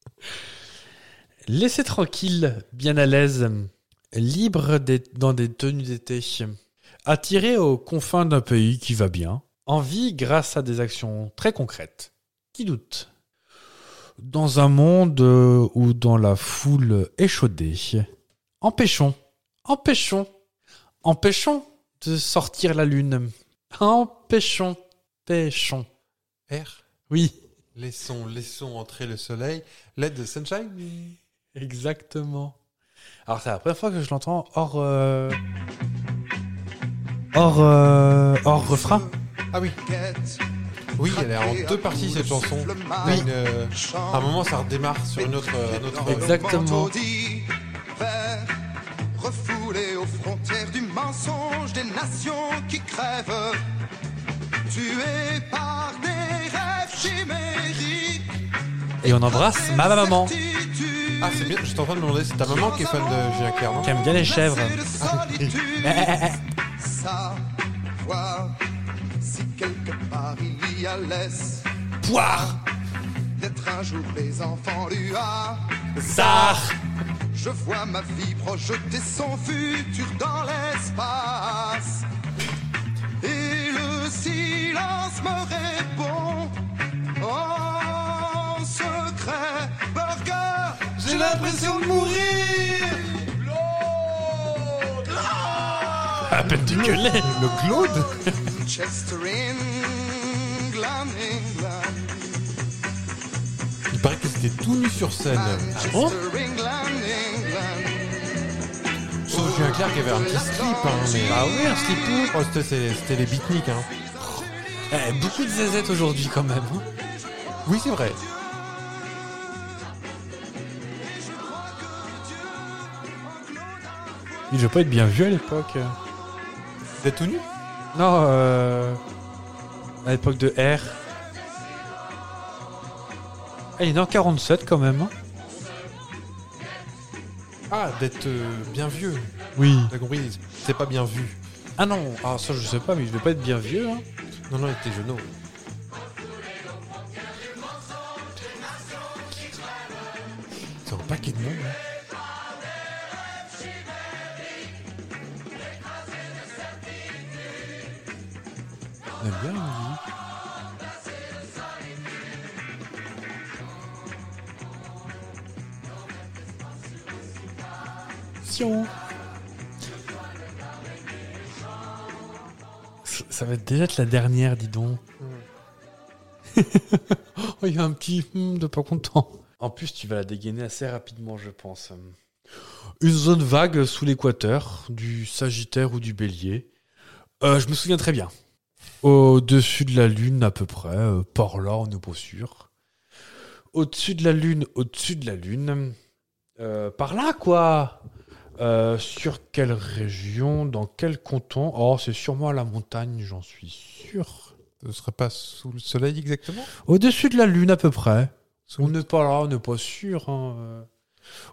Speaker 5: Laissez tranquille, bien à l'aise, libre des- dans des tenues d'été, attiré aux confins d'un pays qui va bien, en vie grâce à des actions très concrètes. Qui doute Dans un monde euh, où dans la foule échaudée, empêchons, empêchons, empêchons de sortir la lune, empêchons, pêchons.
Speaker 6: R.
Speaker 5: Oui.
Speaker 6: Laissons, laissons entrer le soleil. L'aide de Sunshine
Speaker 5: Exactement. Alors c'est la première fois que je l'entends hors euh, hors euh, hors refrain.
Speaker 6: Ah oui. Oui, elle est en deux parties cette chanson. T'as une, euh, à un moment, ça redémarre sur une autre. euh, un autre
Speaker 5: Exactement.
Speaker 9: Refoulé aux frontières du mensonge des nations qui crèvent, tuées par des rêves chimériques.
Speaker 5: Et on embrasse ma maman
Speaker 6: Ah, c'est bien, j'étais en train de me demander, c'est ta maman hein. qui est fan de Julien Clerc, non
Speaker 5: qui aime bien les chèvres.
Speaker 9: Savoir si quelque part il y a laisse
Speaker 5: Poire,
Speaker 9: d'être un jour les enfants du A.
Speaker 5: zar.
Speaker 9: Je vois ma vie projeter son futur dans l'espace. Et le silence me répond en secret. Burger, j'ai l'impression de mourir. Claude,
Speaker 5: À peine de gueuler. Le Claude.
Speaker 9: Chester, England, England.
Speaker 6: Il paraît que c'était tout nu sur scène.
Speaker 7: Oh.
Speaker 5: bon
Speaker 9: Manchester, England, England.
Speaker 6: Sauf Julien Clerc qui avait un petit slip, hein, mais.
Speaker 5: Ah oui, un slip tout.
Speaker 6: Oh, c'était- c'était c'était les beatniks, hein.
Speaker 5: Eh, beaucoup de zézettes aujourd'hui quand même. hein.
Speaker 6: Oui, c'est vrai.
Speaker 5: Il devait pas être bien vu à l'époque.
Speaker 6: T'es tout nu
Speaker 5: Non, euh, à l'époque de R. Ah, il est né en 47 quand même. hein.
Speaker 6: Ah, d'être euh, bien vieux.
Speaker 5: Oui.
Speaker 6: T'as compris C'est pas bien vu.
Speaker 5: Ah non, ah, ça je sais pas, mais il devait pas être bien vieux. hein.
Speaker 6: Non, non, il était oh. genou. C'est un paquet de monde, hein.
Speaker 5: On aime bien la musique. Ça va déjà être la dernière, dis donc. Mm. Oh, Il y a un petit hum de pas content. En plus, tu vas la dégainer assez rapidement, je pense. Une zone vague sous l'équateur, du Sagittaire ou du Bélier. Euh, je me souviens très bien. Au-dessus de la Lune, à peu près, euh, par là, on n'est pas sûr. Au-dessus de la Lune, au-dessus de la Lune. Euh, par là, quoi Euh, Sur quelle région Dans quel canton Oh, c'est sûrement à la montagne, j'en suis sûr.
Speaker 6: Ce serait pas sous le soleil exactement
Speaker 5: Au-dessus de la Lune, à peu près. On n'est pas là, on n'est pas sûr. hein, euh.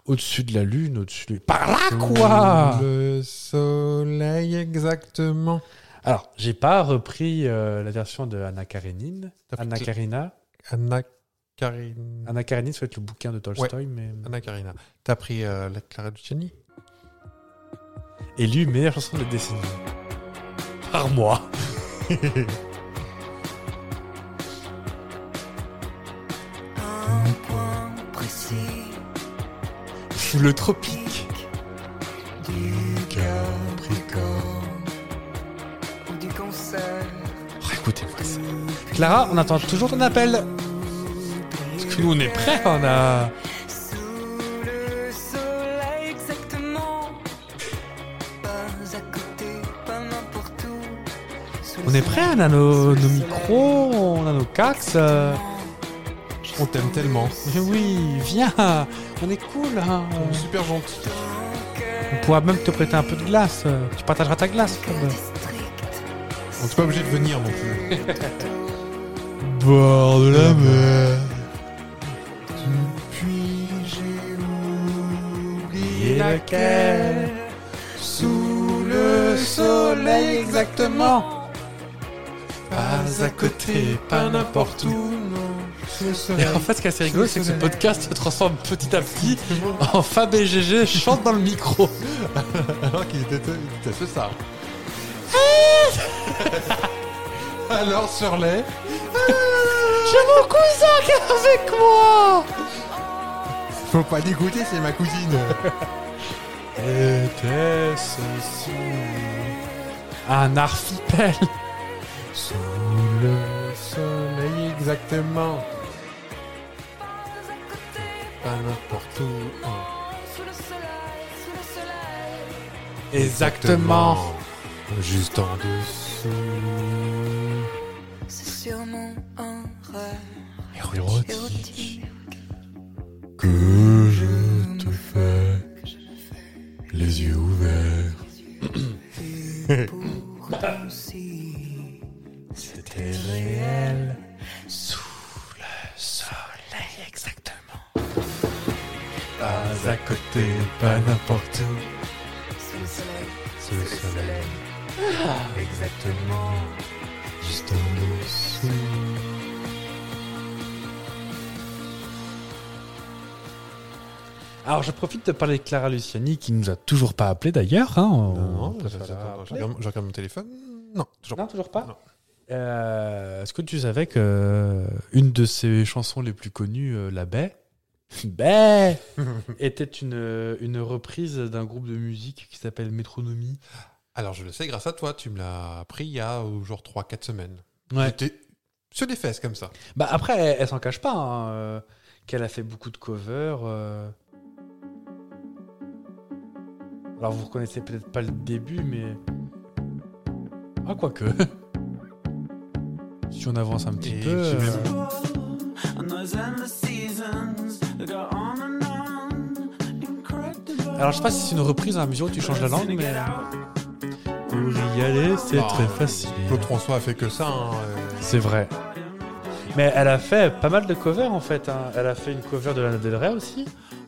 Speaker 5: Au-dessus de la Lune, au-dessus de... Par là, quoi
Speaker 6: Le soleil exactement.
Speaker 5: Alors, j'ai pas repris euh, la version de Anna Karenine.
Speaker 6: T'as
Speaker 5: Anna
Speaker 6: pris-
Speaker 5: Karina.
Speaker 6: Anna Karina.
Speaker 5: Anna Karenine, ça va être le bouquin de Tolstoy, mais...
Speaker 6: Anna Karina. T'as pris euh, la Clara Luciani
Speaker 5: Élu meilleure chanson de la décennie. Par moi.
Speaker 7: Un point précis
Speaker 5: Sous le tropique.
Speaker 7: du Capricorne ou du Cancer.
Speaker 5: Oh, Écoutez-moi ça. Clara, on attend toujours ton appel. Parce que nous, on est prêts, on a...
Speaker 7: Sous le soleil exactement. Pas à côté, pas n'importe où. Sous le
Speaker 5: On est
Speaker 7: soleil,
Speaker 5: prêts, on a nos,
Speaker 7: sous le
Speaker 5: nos
Speaker 7: soleil
Speaker 5: micros, on a nos cax. euh.
Speaker 6: On t'aime tellement.
Speaker 5: Mais oui, viens, on est cool. hein.
Speaker 6: On est Super gentil.
Speaker 5: On pourra même te prêter un peu de glace. euh. Tu partageras ta glace, Fab.
Speaker 6: On n'est pas obligé de venir non plus.
Speaker 5: Bord de la mer.
Speaker 6: Puis j'ai
Speaker 5: Et
Speaker 6: oublié
Speaker 5: laquelle
Speaker 6: Sous le soleil exactement.
Speaker 5: Pas à côté, pas n'importe où,
Speaker 6: non. Sous le
Speaker 5: Et
Speaker 6: soleil.
Speaker 5: en fait, ce qui est assez rigolo, c'est que ce podcast se transforme petit à petit en Fab et GG chante dans le micro.
Speaker 6: Alors qu'il était, il était ce ça. Alors sur les.
Speaker 5: J'ai mon cousin qui est avec moi
Speaker 6: Faut pas dégoûter, c'est ma cousine.
Speaker 5: Était-ce un archipel
Speaker 6: Sous le soleil exactement. Pas n'importe où. hein.
Speaker 5: Exactement.
Speaker 6: Juste en dessous.
Speaker 7: C'est sûrement un rêve érotique.
Speaker 6: Que je te fais les yeux ouverts.
Speaker 7: Si
Speaker 5: C'était réel. Sous le soleil, exactement. Pas à côté, pas n'importe où.
Speaker 7: sous le Ah. soleil,
Speaker 6: C'est le soleil. Exactement. Juste en dessous.
Speaker 5: Alors, je profite de parler de Clara Luciani, qui nous a toujours pas appelé d'ailleurs. hein. On
Speaker 6: Non,
Speaker 5: peut
Speaker 6: je
Speaker 5: pas la
Speaker 6: regarde, je
Speaker 5: rappeler.
Speaker 6: regarde- je regarde mon téléphone. Non, toujours
Speaker 5: Non, toujours pas
Speaker 6: Non.
Speaker 5: Euh, Est-ce que tu savais que euh, une de ses chansons les plus connues, euh, La Baie, Baie était une, euh, une reprise d'un groupe de musique qui s'appelle Métronomie.
Speaker 6: Alors, je le sais grâce à toi, tu me l'as appris il y a euh, genre 3-4 semaines.
Speaker 5: Ouais.
Speaker 6: J'étais sur les fesses comme ça.
Speaker 5: Bah après, elle, elle s'en cache pas hein, euh, qu'elle a fait beaucoup de covers. euh. Alors vous reconnaissez peut-être pas le début, mais ah quoique. si on avance un petit
Speaker 6: Et
Speaker 5: peu.
Speaker 6: j'ai
Speaker 5: euh,
Speaker 6: même-
Speaker 5: Alors je sais pas si c'est une reprise hein, à la mesure où tu changes la langue, mais euh, pour y aller, c'est
Speaker 6: Bah,
Speaker 5: très facile.
Speaker 6: Claude François a fait que ça. hein, euh,
Speaker 5: C'est vrai. Mais elle a fait pas mal de covers en fait. hein. Elle a fait une cover de Lana Del Rey aussi.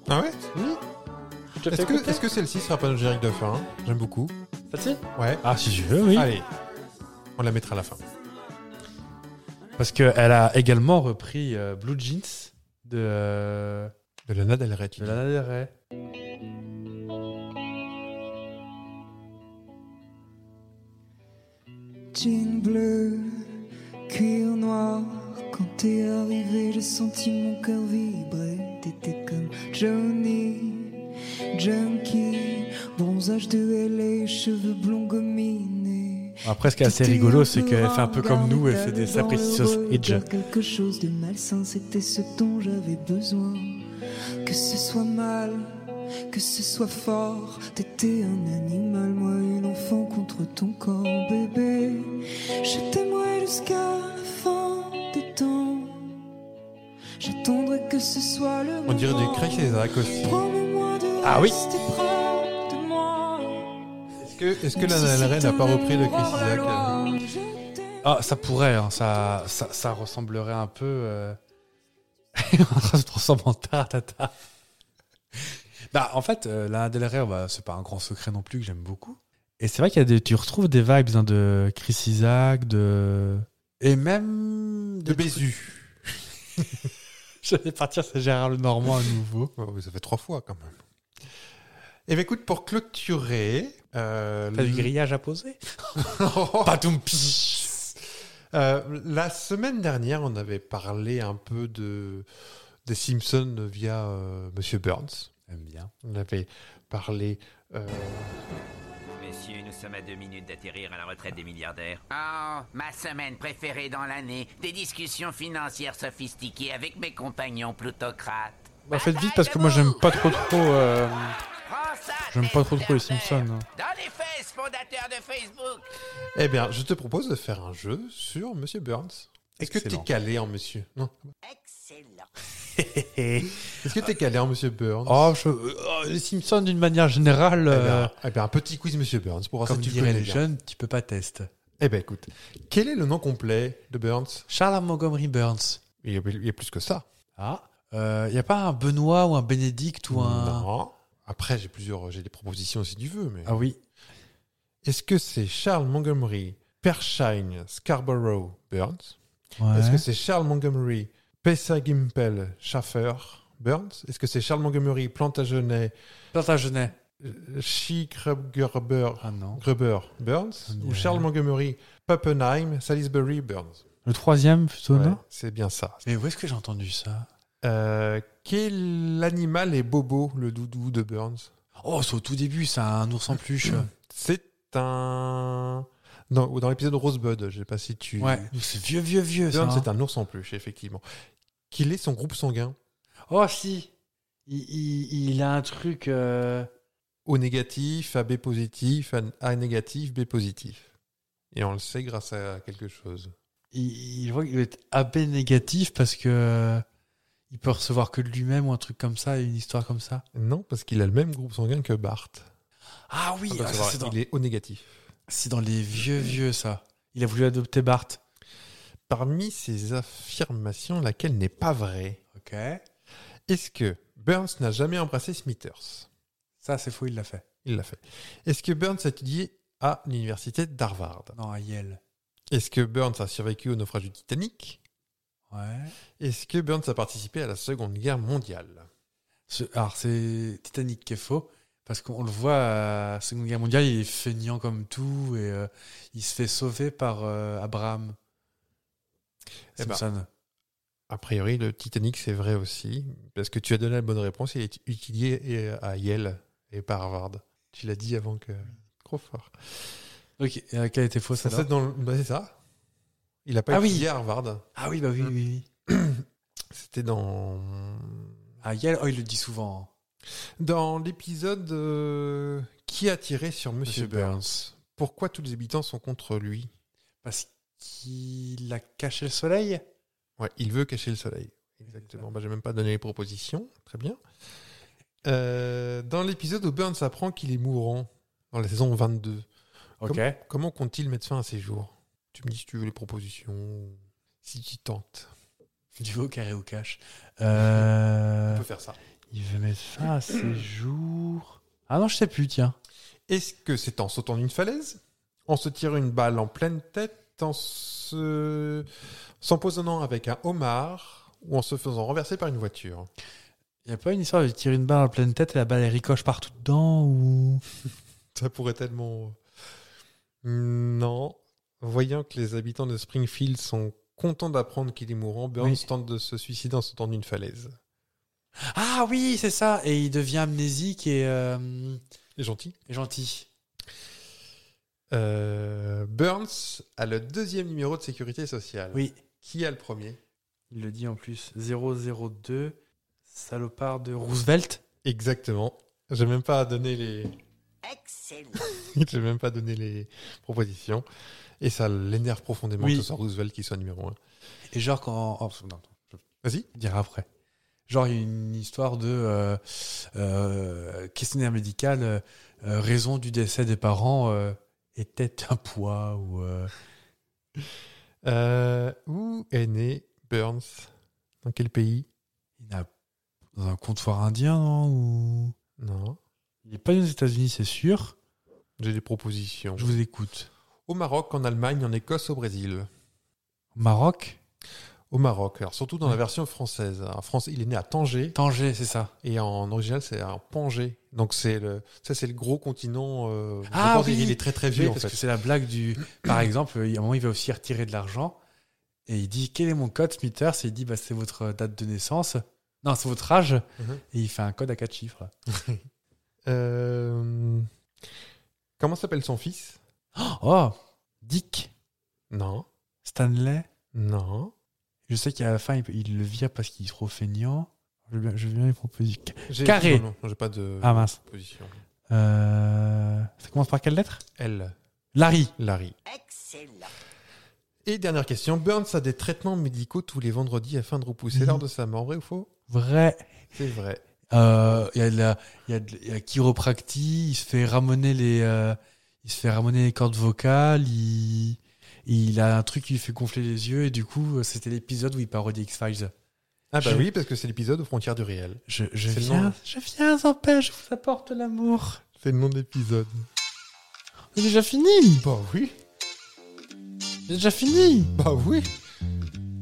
Speaker 6: Ah ouais
Speaker 5: Oui. Je te fais
Speaker 6: Est-ce que,
Speaker 5: écouter
Speaker 6: est-ce que celle-ci sera pas notre générique de fin hein J'aime beaucoup.
Speaker 5: Ça te dit
Speaker 6: Ouais.
Speaker 5: Ah si je veux, oui.
Speaker 6: Allez, on la mettra à la fin.
Speaker 5: Parce qu'elle a également repris euh, Blue Jeans de, euh,
Speaker 6: De Lana Del Rey. tu
Speaker 5: de
Speaker 6: dis.
Speaker 5: Lana Del Rey.
Speaker 7: Jean bleu, cuir noir. Quand t'es arrivé, j'ai senti mon cœur vibrer. T'étais comme Johnny, junkie, bronzage de LA, cheveux blonds gominés.
Speaker 5: Après, ce qui est assez rigolo, c'est qu'elle fait un peu comme nous, elle fait des sapricios edge.
Speaker 7: Quelque chose de malsain, c'était ce dont j'avais besoin. Que ce soit mal, que ce soit fort, t'étais un animal, moi une enfant contre ton corps, bébé. Je t'aimerai jusqu'à la fin des temps. J'attendrai que ce soit le
Speaker 6: On dirait du
Speaker 7: moment.
Speaker 6: Craig et Zarkowski.
Speaker 7: Promets-moi de
Speaker 5: Ah oui.
Speaker 7: rester près de moi.
Speaker 6: Est-ce que, est-ce que la NLRN n'a pas repris le Chris Isaac euh,
Speaker 5: Ah, ça pourrait, hein, ça, ça, ça ressemblerait un peu. Euh... ça se transforme en taratata. Bah, en fait, euh, Lana Del Rey, bah, c'est pas un grand secret non plus que j'aime beaucoup. Et c'est vrai qu'il y a des, tu retrouves des vibes hein, de Chris Isaac, de et même
Speaker 6: De
Speaker 5: des trucs-
Speaker 6: Bézu.
Speaker 5: J'allais partir, c'est Gérard Lenormand à nouveau.
Speaker 6: Ouais, ouais, ça fait trois fois quand même. Et Eh bien écoute, pour clôturer. euh,
Speaker 5: T'as du
Speaker 6: le-
Speaker 5: grillage à poser
Speaker 6: Patoum pss. Euh, la semaine dernière, on avait parlé un peu de des Simpsons via euh, Monsieur Burns.
Speaker 5: J'aime bien.
Speaker 6: On avait parlé. euh,
Speaker 10: Messieurs, nous sommes à deux minutes d'atterrir à la retraite des milliardaires.
Speaker 11: Oh, ma semaine préférée dans l'année. Des discussions financières sophistiquées avec mes compagnons plutocrates.
Speaker 5: Bah, faites vite parce que moi j'aime pas trop trop. euh,
Speaker 11: Prends ça,
Speaker 5: J'aime
Speaker 11: tête
Speaker 5: pas trop trop les
Speaker 11: pervers.
Speaker 5: Simpsons. hein.
Speaker 11: Dans les fesses, fondateur de Facebook.
Speaker 6: Eh bien, je te propose de faire un jeu sur Monsieur Burns. Est-ce que t'es
Speaker 5: Excellent.
Speaker 6: calé en Monsieur Non.
Speaker 11: Excellent.
Speaker 6: Est-ce que t'es calé en Monsieur Burns
Speaker 5: Oh, je- oh, les Simpsons d'une manière générale.
Speaker 6: Eh bien,
Speaker 5: euh,
Speaker 6: eh bien, un petit quiz Monsieur Burns pour voir
Speaker 5: Comme
Speaker 6: si tu le
Speaker 5: diraient
Speaker 6: connais
Speaker 5: les
Speaker 6: bien.
Speaker 5: jeunes, Oh, tu peux pas tester.
Speaker 6: Eh bien, écoute, quel est le nom complet de Burns
Speaker 5: Charles Montgomery Burns.
Speaker 6: il y, a, il y a plus que ça.
Speaker 5: Ah. Il n'y a pas un Benoît ou un Bénédicte ou un.
Speaker 6: Non. Après, j'ai plusieurs, j'ai des propositions si tu veux, mais.
Speaker 5: Ah oui.
Speaker 6: Est-ce que c'est Charles Montgomery Pershine Scarborough Burns
Speaker 5: Ouais.
Speaker 6: Est-ce que c'est Charles Montgomery Pessa Gimpel Schaffer Burns Est-ce que c'est Charles Montgomery Plantagenet
Speaker 5: Plantagenet
Speaker 6: euh, She Gruber,
Speaker 5: Ah non.
Speaker 6: Gruber Burns Ou
Speaker 5: Ouais.
Speaker 6: Charles Montgomery Pappenheim Salisbury Burns
Speaker 5: Le troisième plutôt,
Speaker 6: Ouais,
Speaker 5: non
Speaker 6: C'est bien ça.
Speaker 5: Mais où est-ce que j'ai entendu ça
Speaker 6: Euh, quel animal est Bobo, le doudou de Burns
Speaker 5: Oh, c'est au tout début, c'est un ours en peluche.
Speaker 6: C'est un... Non, ou dans l'épisode Rosebud, je sais pas si tu...
Speaker 5: ouais. C'est vieux, vieux, vieux. ça,
Speaker 6: Burns
Speaker 5: hein.
Speaker 6: c'est un ours en peluche, effectivement. Qu'il est son groupe sanguin
Speaker 5: Oh, si. Il, il- il a un truc. euh,
Speaker 6: O négatif, AB positif, A- A négatif, B positif. Et on le sait grâce à quelque chose.
Speaker 5: Il, il- je crois qu'il doit être AB négatif parce que. euh, Il peut recevoir que de lui-même ou un truc comme ça, une histoire comme ça.
Speaker 6: Non, parce qu'il a le même groupe sanguin que Bart.
Speaker 5: Ah oui,
Speaker 6: Ah, parce
Speaker 5: ah,
Speaker 6: que
Speaker 5: ça,
Speaker 6: voilà,
Speaker 5: c'est dans-
Speaker 6: Il est O négatif.
Speaker 5: C'est dans les vieux, vieux, ça. Il a voulu adopter Bart.
Speaker 6: Parmi ces affirmations, laquelle n'est pas vraie
Speaker 5: Ok.
Speaker 6: Est-ce que Burns n'a jamais embrassé Smithers
Speaker 5: Ça, c'est faux, il l'a fait.
Speaker 6: Il l'a fait. Est-ce que Burns a étudié à l'université d'Harvard
Speaker 5: Non, à Yale.
Speaker 6: Est-ce que Burns a survécu au naufrage du Titanic
Speaker 5: Ouais.
Speaker 6: Est-ce que Burns a participé à la Seconde Guerre mondiale
Speaker 5: Ce- alors, c'est Titanic qui est faux, parce qu'on le voit à la Seconde Guerre mondiale, il est feignant comme tout, et euh, il se fait sauver par euh, Abraham.
Speaker 6: Eh ben.
Speaker 5: Simpson.
Speaker 6: A priori, le Titanic, c'est vrai aussi, parce que tu as donné la bonne réponse, il est utilisé à Yale et par Harvard. Tu l'as dit avant que... Trop fort.
Speaker 5: Ok, et laquelle était fausse
Speaker 6: Ça,
Speaker 5: alors
Speaker 6: c'est dans le- bah, c'est ça Il n'a pas
Speaker 5: Ah oui.
Speaker 6: étudié à Harvard.
Speaker 5: Ah oui, bah oui, oui, oui.
Speaker 6: Hein C'était dans...
Speaker 5: À Yale, oh, il le dit souvent.
Speaker 6: Dans l'épisode euh, Qui a tiré sur Monsieur, Burns Pourquoi tous les habitants sont contre lui
Speaker 5: Parce qu'il a caché le soleil
Speaker 6: Ouais, il veut cacher le soleil. Exactement. Bah, j'ai même pas donné les propositions. Très bien. Euh, dans l'épisode où Burns apprend qu'il est mourant, dans la saison 22,
Speaker 5: Ok.
Speaker 6: comment compte-t-il mettre fin à ses jours Tu me dis si tu veux les propositions, ou si tu tentes.
Speaker 5: Du haut carré au cache. Euh,
Speaker 6: On peut faire ça.
Speaker 5: il veut mettre fin à ses jours. Ah non, je sais plus, tiens.
Speaker 6: Est-ce que c'est en sautant d'une falaise En se tirant une balle en pleine tête En se... s'empoisonnant avec un homard Ou en se faisant renverser par une voiture
Speaker 5: Il a pas une histoire de tirer une balle en pleine tête et la balle elle ricoche partout dedans ou
Speaker 6: Ça pourrait tellement. euh, Non. Voyant que les habitants de Springfield sont contents d'apprendre qu'il est mourant, Burns
Speaker 5: Oui.
Speaker 6: tente de se suicider en sautant d'une falaise.
Speaker 5: Ah oui, c'est ça. Et il devient amnésique et, euh,
Speaker 6: Et Gentil.
Speaker 5: et gentil.
Speaker 6: Euh, Burns a le deuxième numéro de sécurité sociale.
Speaker 5: Oui,
Speaker 6: Qui a le premier
Speaker 5: il le dit en plus. 002, salopard de Roosevelt.
Speaker 6: Exactement. J'ai même pas donné les,
Speaker 11: Excellent.
Speaker 6: j'ai même pas donné les propositions. Et ça l'énerve profondément
Speaker 5: Oui.
Speaker 6: que ce soit Roosevelt qui soit numéro 1.
Speaker 5: Et genre quand... oh, non, je
Speaker 6: Vas-y.
Speaker 5: vais dire après. Genre il y a une histoire de euh, euh, questionnaire médical, euh, euh, raison du décès des parents euh, était un poids ou... euh,
Speaker 6: Euh, où est né Burns Dans quel pays
Speaker 5: il a- dans un comptoir indien, non ou...
Speaker 6: Non.
Speaker 5: Il n'est pas né aux États-Unis, c'est sûr.
Speaker 6: J'ai des propositions.
Speaker 5: Je vous écoute.
Speaker 6: Au Maroc, en Allemagne, en Écosse, au Brésil.
Speaker 5: Au Maroc
Speaker 6: Au Maroc. Alors surtout dans la version française. En France, il est né à Tanger
Speaker 5: Tanger, c'est ça.
Speaker 6: et en original, c'est à Pangé. Donc c'est le ça c'est le gros continent. euh, je
Speaker 5: Ah
Speaker 6: pense
Speaker 5: oui.
Speaker 6: il est très très
Speaker 5: Oui,
Speaker 6: vieux en
Speaker 5: parce
Speaker 6: fait.
Speaker 5: que c'est la blague du. Par exemple, il y a un moment, il va aussi retirer de l'argent et il dit Quel est mon code, Smithers Et il dit bah, C'est votre date de naissance. Non, c'est votre âge.
Speaker 6: Mhm.
Speaker 5: Et il fait un code à quatre chiffres.
Speaker 6: Euh, Comment s'appelle son fils
Speaker 5: Oh Dick
Speaker 6: Non,
Speaker 5: Stanley
Speaker 6: non.
Speaker 5: Je sais qu'à la fin, il, il le vire parce qu'il est trop feignant. Je veux bien- je veux bien les proposer.
Speaker 6: J'ai-
Speaker 5: Carré.
Speaker 6: Non, non, non, j'ai pas de
Speaker 5: Ah mince.
Speaker 6: proposition.
Speaker 5: Euh, Ça commence par quelle lettre
Speaker 6: Elle,
Speaker 5: Larry
Speaker 6: Larry.
Speaker 11: Excellent.
Speaker 6: Et dernière question, Burns a des traitements médicaux tous les vendredis afin de repousser
Speaker 5: Mhm.
Speaker 6: l'heure de sa mort, vrai ou faux
Speaker 5: Vrai.
Speaker 6: C'est vrai.
Speaker 5: Euh, Il y a de la, il y a de- il y a la chiropractie, il se fait ramener les, euh, il se fait ramener les cordes vocales, il, il a un truc qui lui fait gonfler les yeux et du coup euh, c'était l'épisode où il parodie X Files.
Speaker 6: Ah bah
Speaker 5: Je-
Speaker 6: oui, parce que c'est l'épisode aux frontières du réel.
Speaker 5: Je, je
Speaker 6: C'est le nom,
Speaker 5: viens,
Speaker 6: là.
Speaker 5: je viens en paix, je vous apporte l'amour.
Speaker 6: C'est le nom de l'épisode.
Speaker 5: C'est déjà fini,
Speaker 6: Bah oui,
Speaker 5: c'est déjà fini.
Speaker 6: bah oui.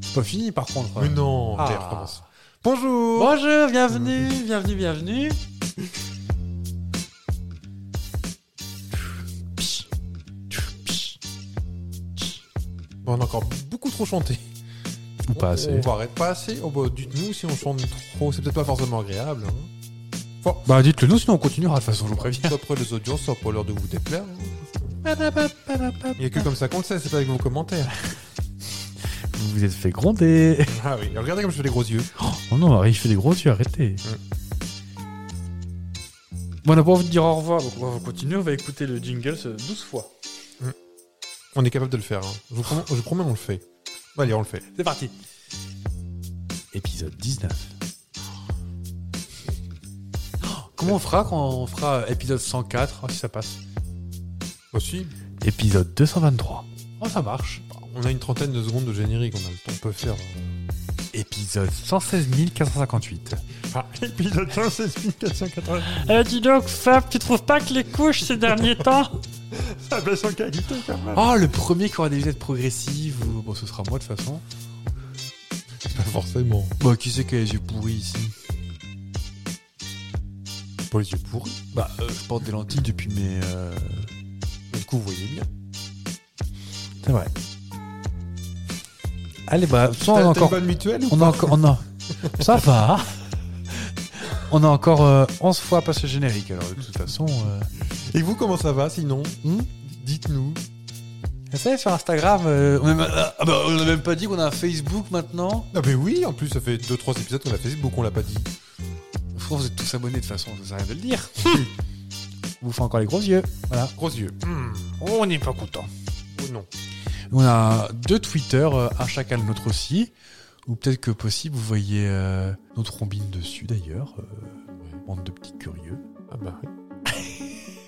Speaker 5: C'est pas fini par contre.
Speaker 6: Mais non,
Speaker 5: Ah.
Speaker 6: allez, recommence. Bonjour
Speaker 5: Bonjour, bienvenue, bienvenue, bienvenue.
Speaker 6: On a encore beaucoup trop chanté. On-
Speaker 5: Ou
Speaker 6: On va arrêter pas assez. Oh bah dites-nous si on chante trop, c'est peut-être pas forcément agréable. hein.
Speaker 5: Bah dites-le nous sinon on continuera de toute façon, je vous préviens.
Speaker 6: Soit après les audiences, ça n'a pas l'air de vous déplaire. hein. Il n'y a que comme ça qu'on le sait, c'est pas avec vos commentaires.
Speaker 5: Vous vous êtes fait gronder.
Speaker 6: Ah oui, regardez comme je fais les gros yeux.
Speaker 5: Oh non, il fait des gros yeux, arrêtez. Mm. Bon, on n'a pas envie de dire au revoir, donc on va continuer, on va écouter le jingle euh, 12 fois.
Speaker 6: On est capable de le faire. hein. Je, vous promets, je vous promets, on le fait. Bah, allez, on le fait.
Speaker 5: C'est parti. Épisode 19.
Speaker 6: Oh,
Speaker 5: Comment on fera quand on fera euh, épisode 104, oh, si ça passe
Speaker 6: Aussi,
Speaker 5: Épisode 223. Oh, ça marche.
Speaker 6: on a une trentaine de secondes de générique, on, a le temps, on peut faire. euh.
Speaker 5: Épisode 116 458.
Speaker 6: Ah, épisode 116 480.
Speaker 5: Eh, dis donc, Fab, tu trouves pas que les couches ces derniers temps
Speaker 6: Ça baisse en qualité quand même.
Speaker 5: Oh, le premier qui aura des lunettes progressives, ou... bon, ce sera moi de toute façon.
Speaker 6: Pas forcément.
Speaker 5: Bah, qui c'est qui a les yeux pourris ici
Speaker 6: Pas les yeux pourris.
Speaker 5: Bah, euh, je porte des lentilles depuis mes. euh,
Speaker 6: Mais Du coup, vous voyez bien.
Speaker 5: C'est vrai. Allez, bah, ça, on
Speaker 6: T'as-
Speaker 5: a
Speaker 6: t'as
Speaker 5: encore.
Speaker 6: une bonne mutuelle ou
Speaker 5: On a encore. On a... Ça va On a encore euh, 11 fois passé générique, alors de toute façon. euh,
Speaker 6: Et vous, comment ça va sinon Hein
Speaker 5: hmm
Speaker 6: Dites-nous.
Speaker 5: Vous savez, sur Instagram, euh, on n'a même pas dit qu'on a un Facebook maintenant.
Speaker 6: Ah, mais oui, en plus, ça fait 2-3 épisodes qu'on a fait Facebook, on l'a pas dit.
Speaker 5: Je pense que vous êtes tous abonnés de toute façon, ça sert à rien de le dire. Hum. On vous fait encore les gros yeux. Voilà.
Speaker 6: Gros yeux. Hmm.
Speaker 5: On n'est pas content.
Speaker 6: Oh non.
Speaker 5: On a deux Twitter, euh, un chacun le nôtre aussi. Ou peut-être que possible, vous voyez euh, notre rombine dessus d'ailleurs. euh, Bande de petits curieux.
Speaker 6: Ah bah oui.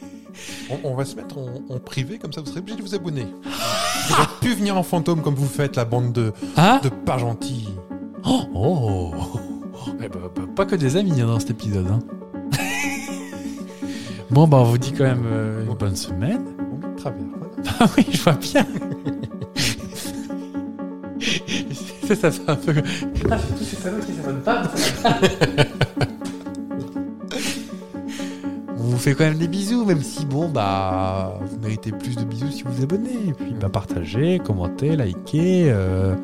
Speaker 6: on, on va se mettre en, en privé, comme ça vous serez obligé de vous abonner. Vous aurez pu venir en fantôme comme vous faites, la bande de,
Speaker 5: Hein
Speaker 6: de pas gentils.
Speaker 5: Oh Eh ben, ben, Pas que des amis hein, dans cet épisode. hein. bon, bah, on vous dit quand même euh, une bonne semaine.
Speaker 6: On hein. met de travers, voilà.
Speaker 5: Ah oui, je vois bien. ça, ça fait un peu. Ah, c'est tous ces salauds qui s'abonnent pas. On vous fait quand même des bisous, même si bon, bah, vous méritez plus de bisous si vous vous abonnez. Et puis, bah, partagez, commentez, likez. euh,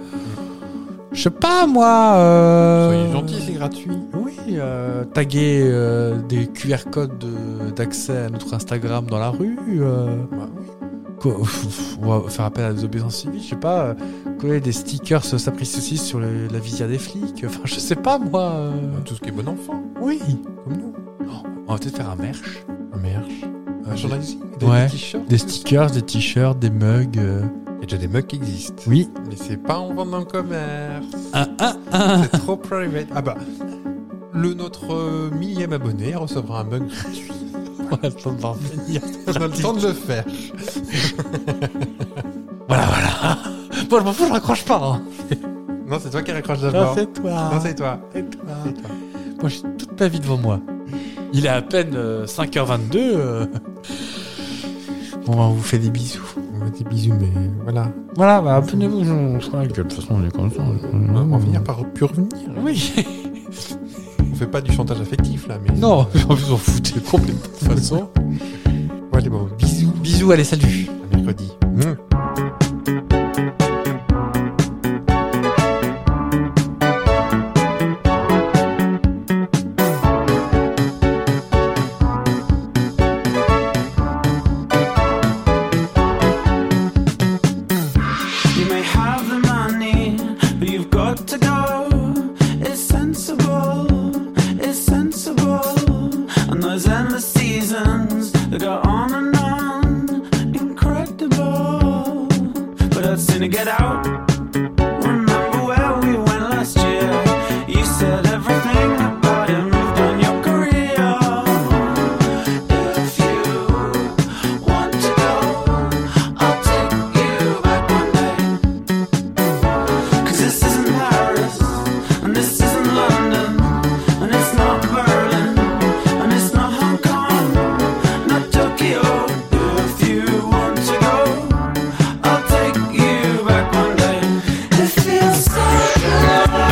Speaker 5: Je sais pas, moi. euh,
Speaker 6: Soyez gentils, c'est gratuit.
Speaker 5: Oui, euh, taguer euh, des QR codes de- d'accès à notre Instagram dans la rue. euh,
Speaker 6: Bah oui.
Speaker 5: quoi, pff, on va faire appel à la désobéissance civile, je sais pas, euh, coller des stickers euh, sapris saucisse sur le- la visière des flics, euh, enfin je sais pas moi. euh,
Speaker 6: Tout ce qui est bon enfant,
Speaker 5: Oui,
Speaker 6: comme nous.
Speaker 5: on va peut-être faire un merch.
Speaker 6: Un merch. Un journalisme. Des
Speaker 5: Ouais.
Speaker 6: t-shirts.
Speaker 5: Des stickers, des t-shirts, des mugs. euh,
Speaker 6: Il y a déjà des mugs qui existent.
Speaker 5: Oui.
Speaker 6: Mais c'est pas en vente dans le commerce.
Speaker 5: Ah ah ah
Speaker 6: C'est trop private. Ah bah, le notre euh, millième abonné recevra un mug.
Speaker 5: On a le temps d'en finir.
Speaker 6: On a le temps de le faire.
Speaker 5: Voilà, voilà. Bon, je m'en fous, je raccroche pas. hein.
Speaker 6: Non, c'est toi qui raccroche
Speaker 5: Non,
Speaker 6: d'abord.
Speaker 5: c'est toi.
Speaker 6: Non, c'est toi.
Speaker 5: Et toi. Moi, j'ai toute ma vie devant moi. Il est à peine euh, 5h22. euh. Bon, bah, on vous fait des bisous.
Speaker 6: On met des bisous, mais voilà.
Speaker 5: Voilà, bah, abonnez-vous. On sera avec De toute façon, on est content.
Speaker 6: On va finir par pu revenir.
Speaker 5: Oui.
Speaker 6: On fait pas du chantage affectif là, mais.
Speaker 5: Non, on vous en foutez complètement de toute façon.
Speaker 6: Ouais, allez, bon, bisous.
Speaker 5: Bisous, allez, salut.
Speaker 6: À mercredi. Mmh. Mouah.
Speaker 12: You may have the money, but you've got to go. It's sensible, it's sensible. And those endless seasons that go on and on, incredible. But I'd sooner get out. Remember where we went last year? You said everything about it moved on your career. If you want to go, I'll take you back one day. Cause this isn't Paris, and this isn't London, and it's not Berlin, and it's not Hong Kong, not Tokyo. If you want to go, I'll take you back one day. It feels so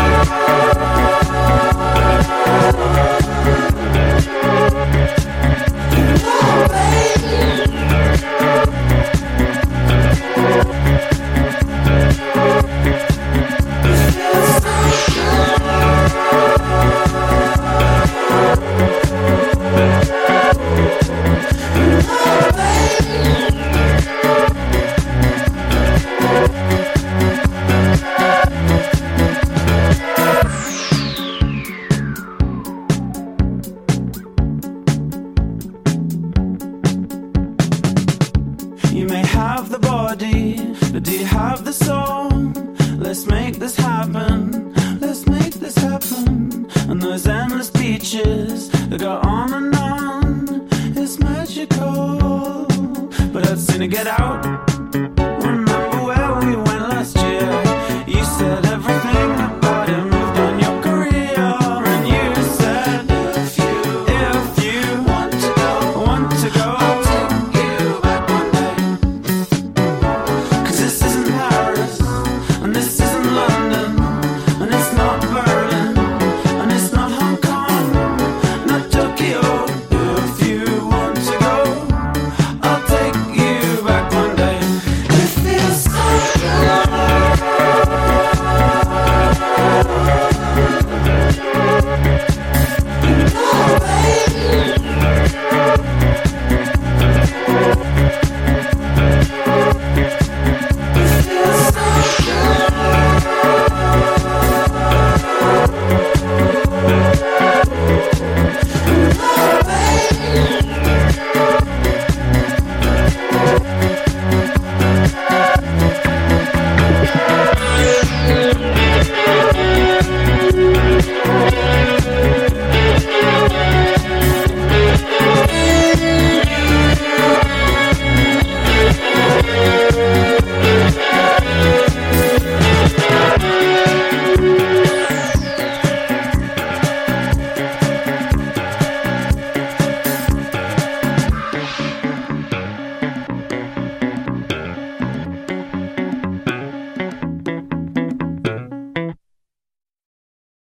Speaker 12: You may have the body, but do you have the soul? Let's make this happen. Let's make this happen. And those endless beaches that go on and on. It's magical, but I'd sooner get out.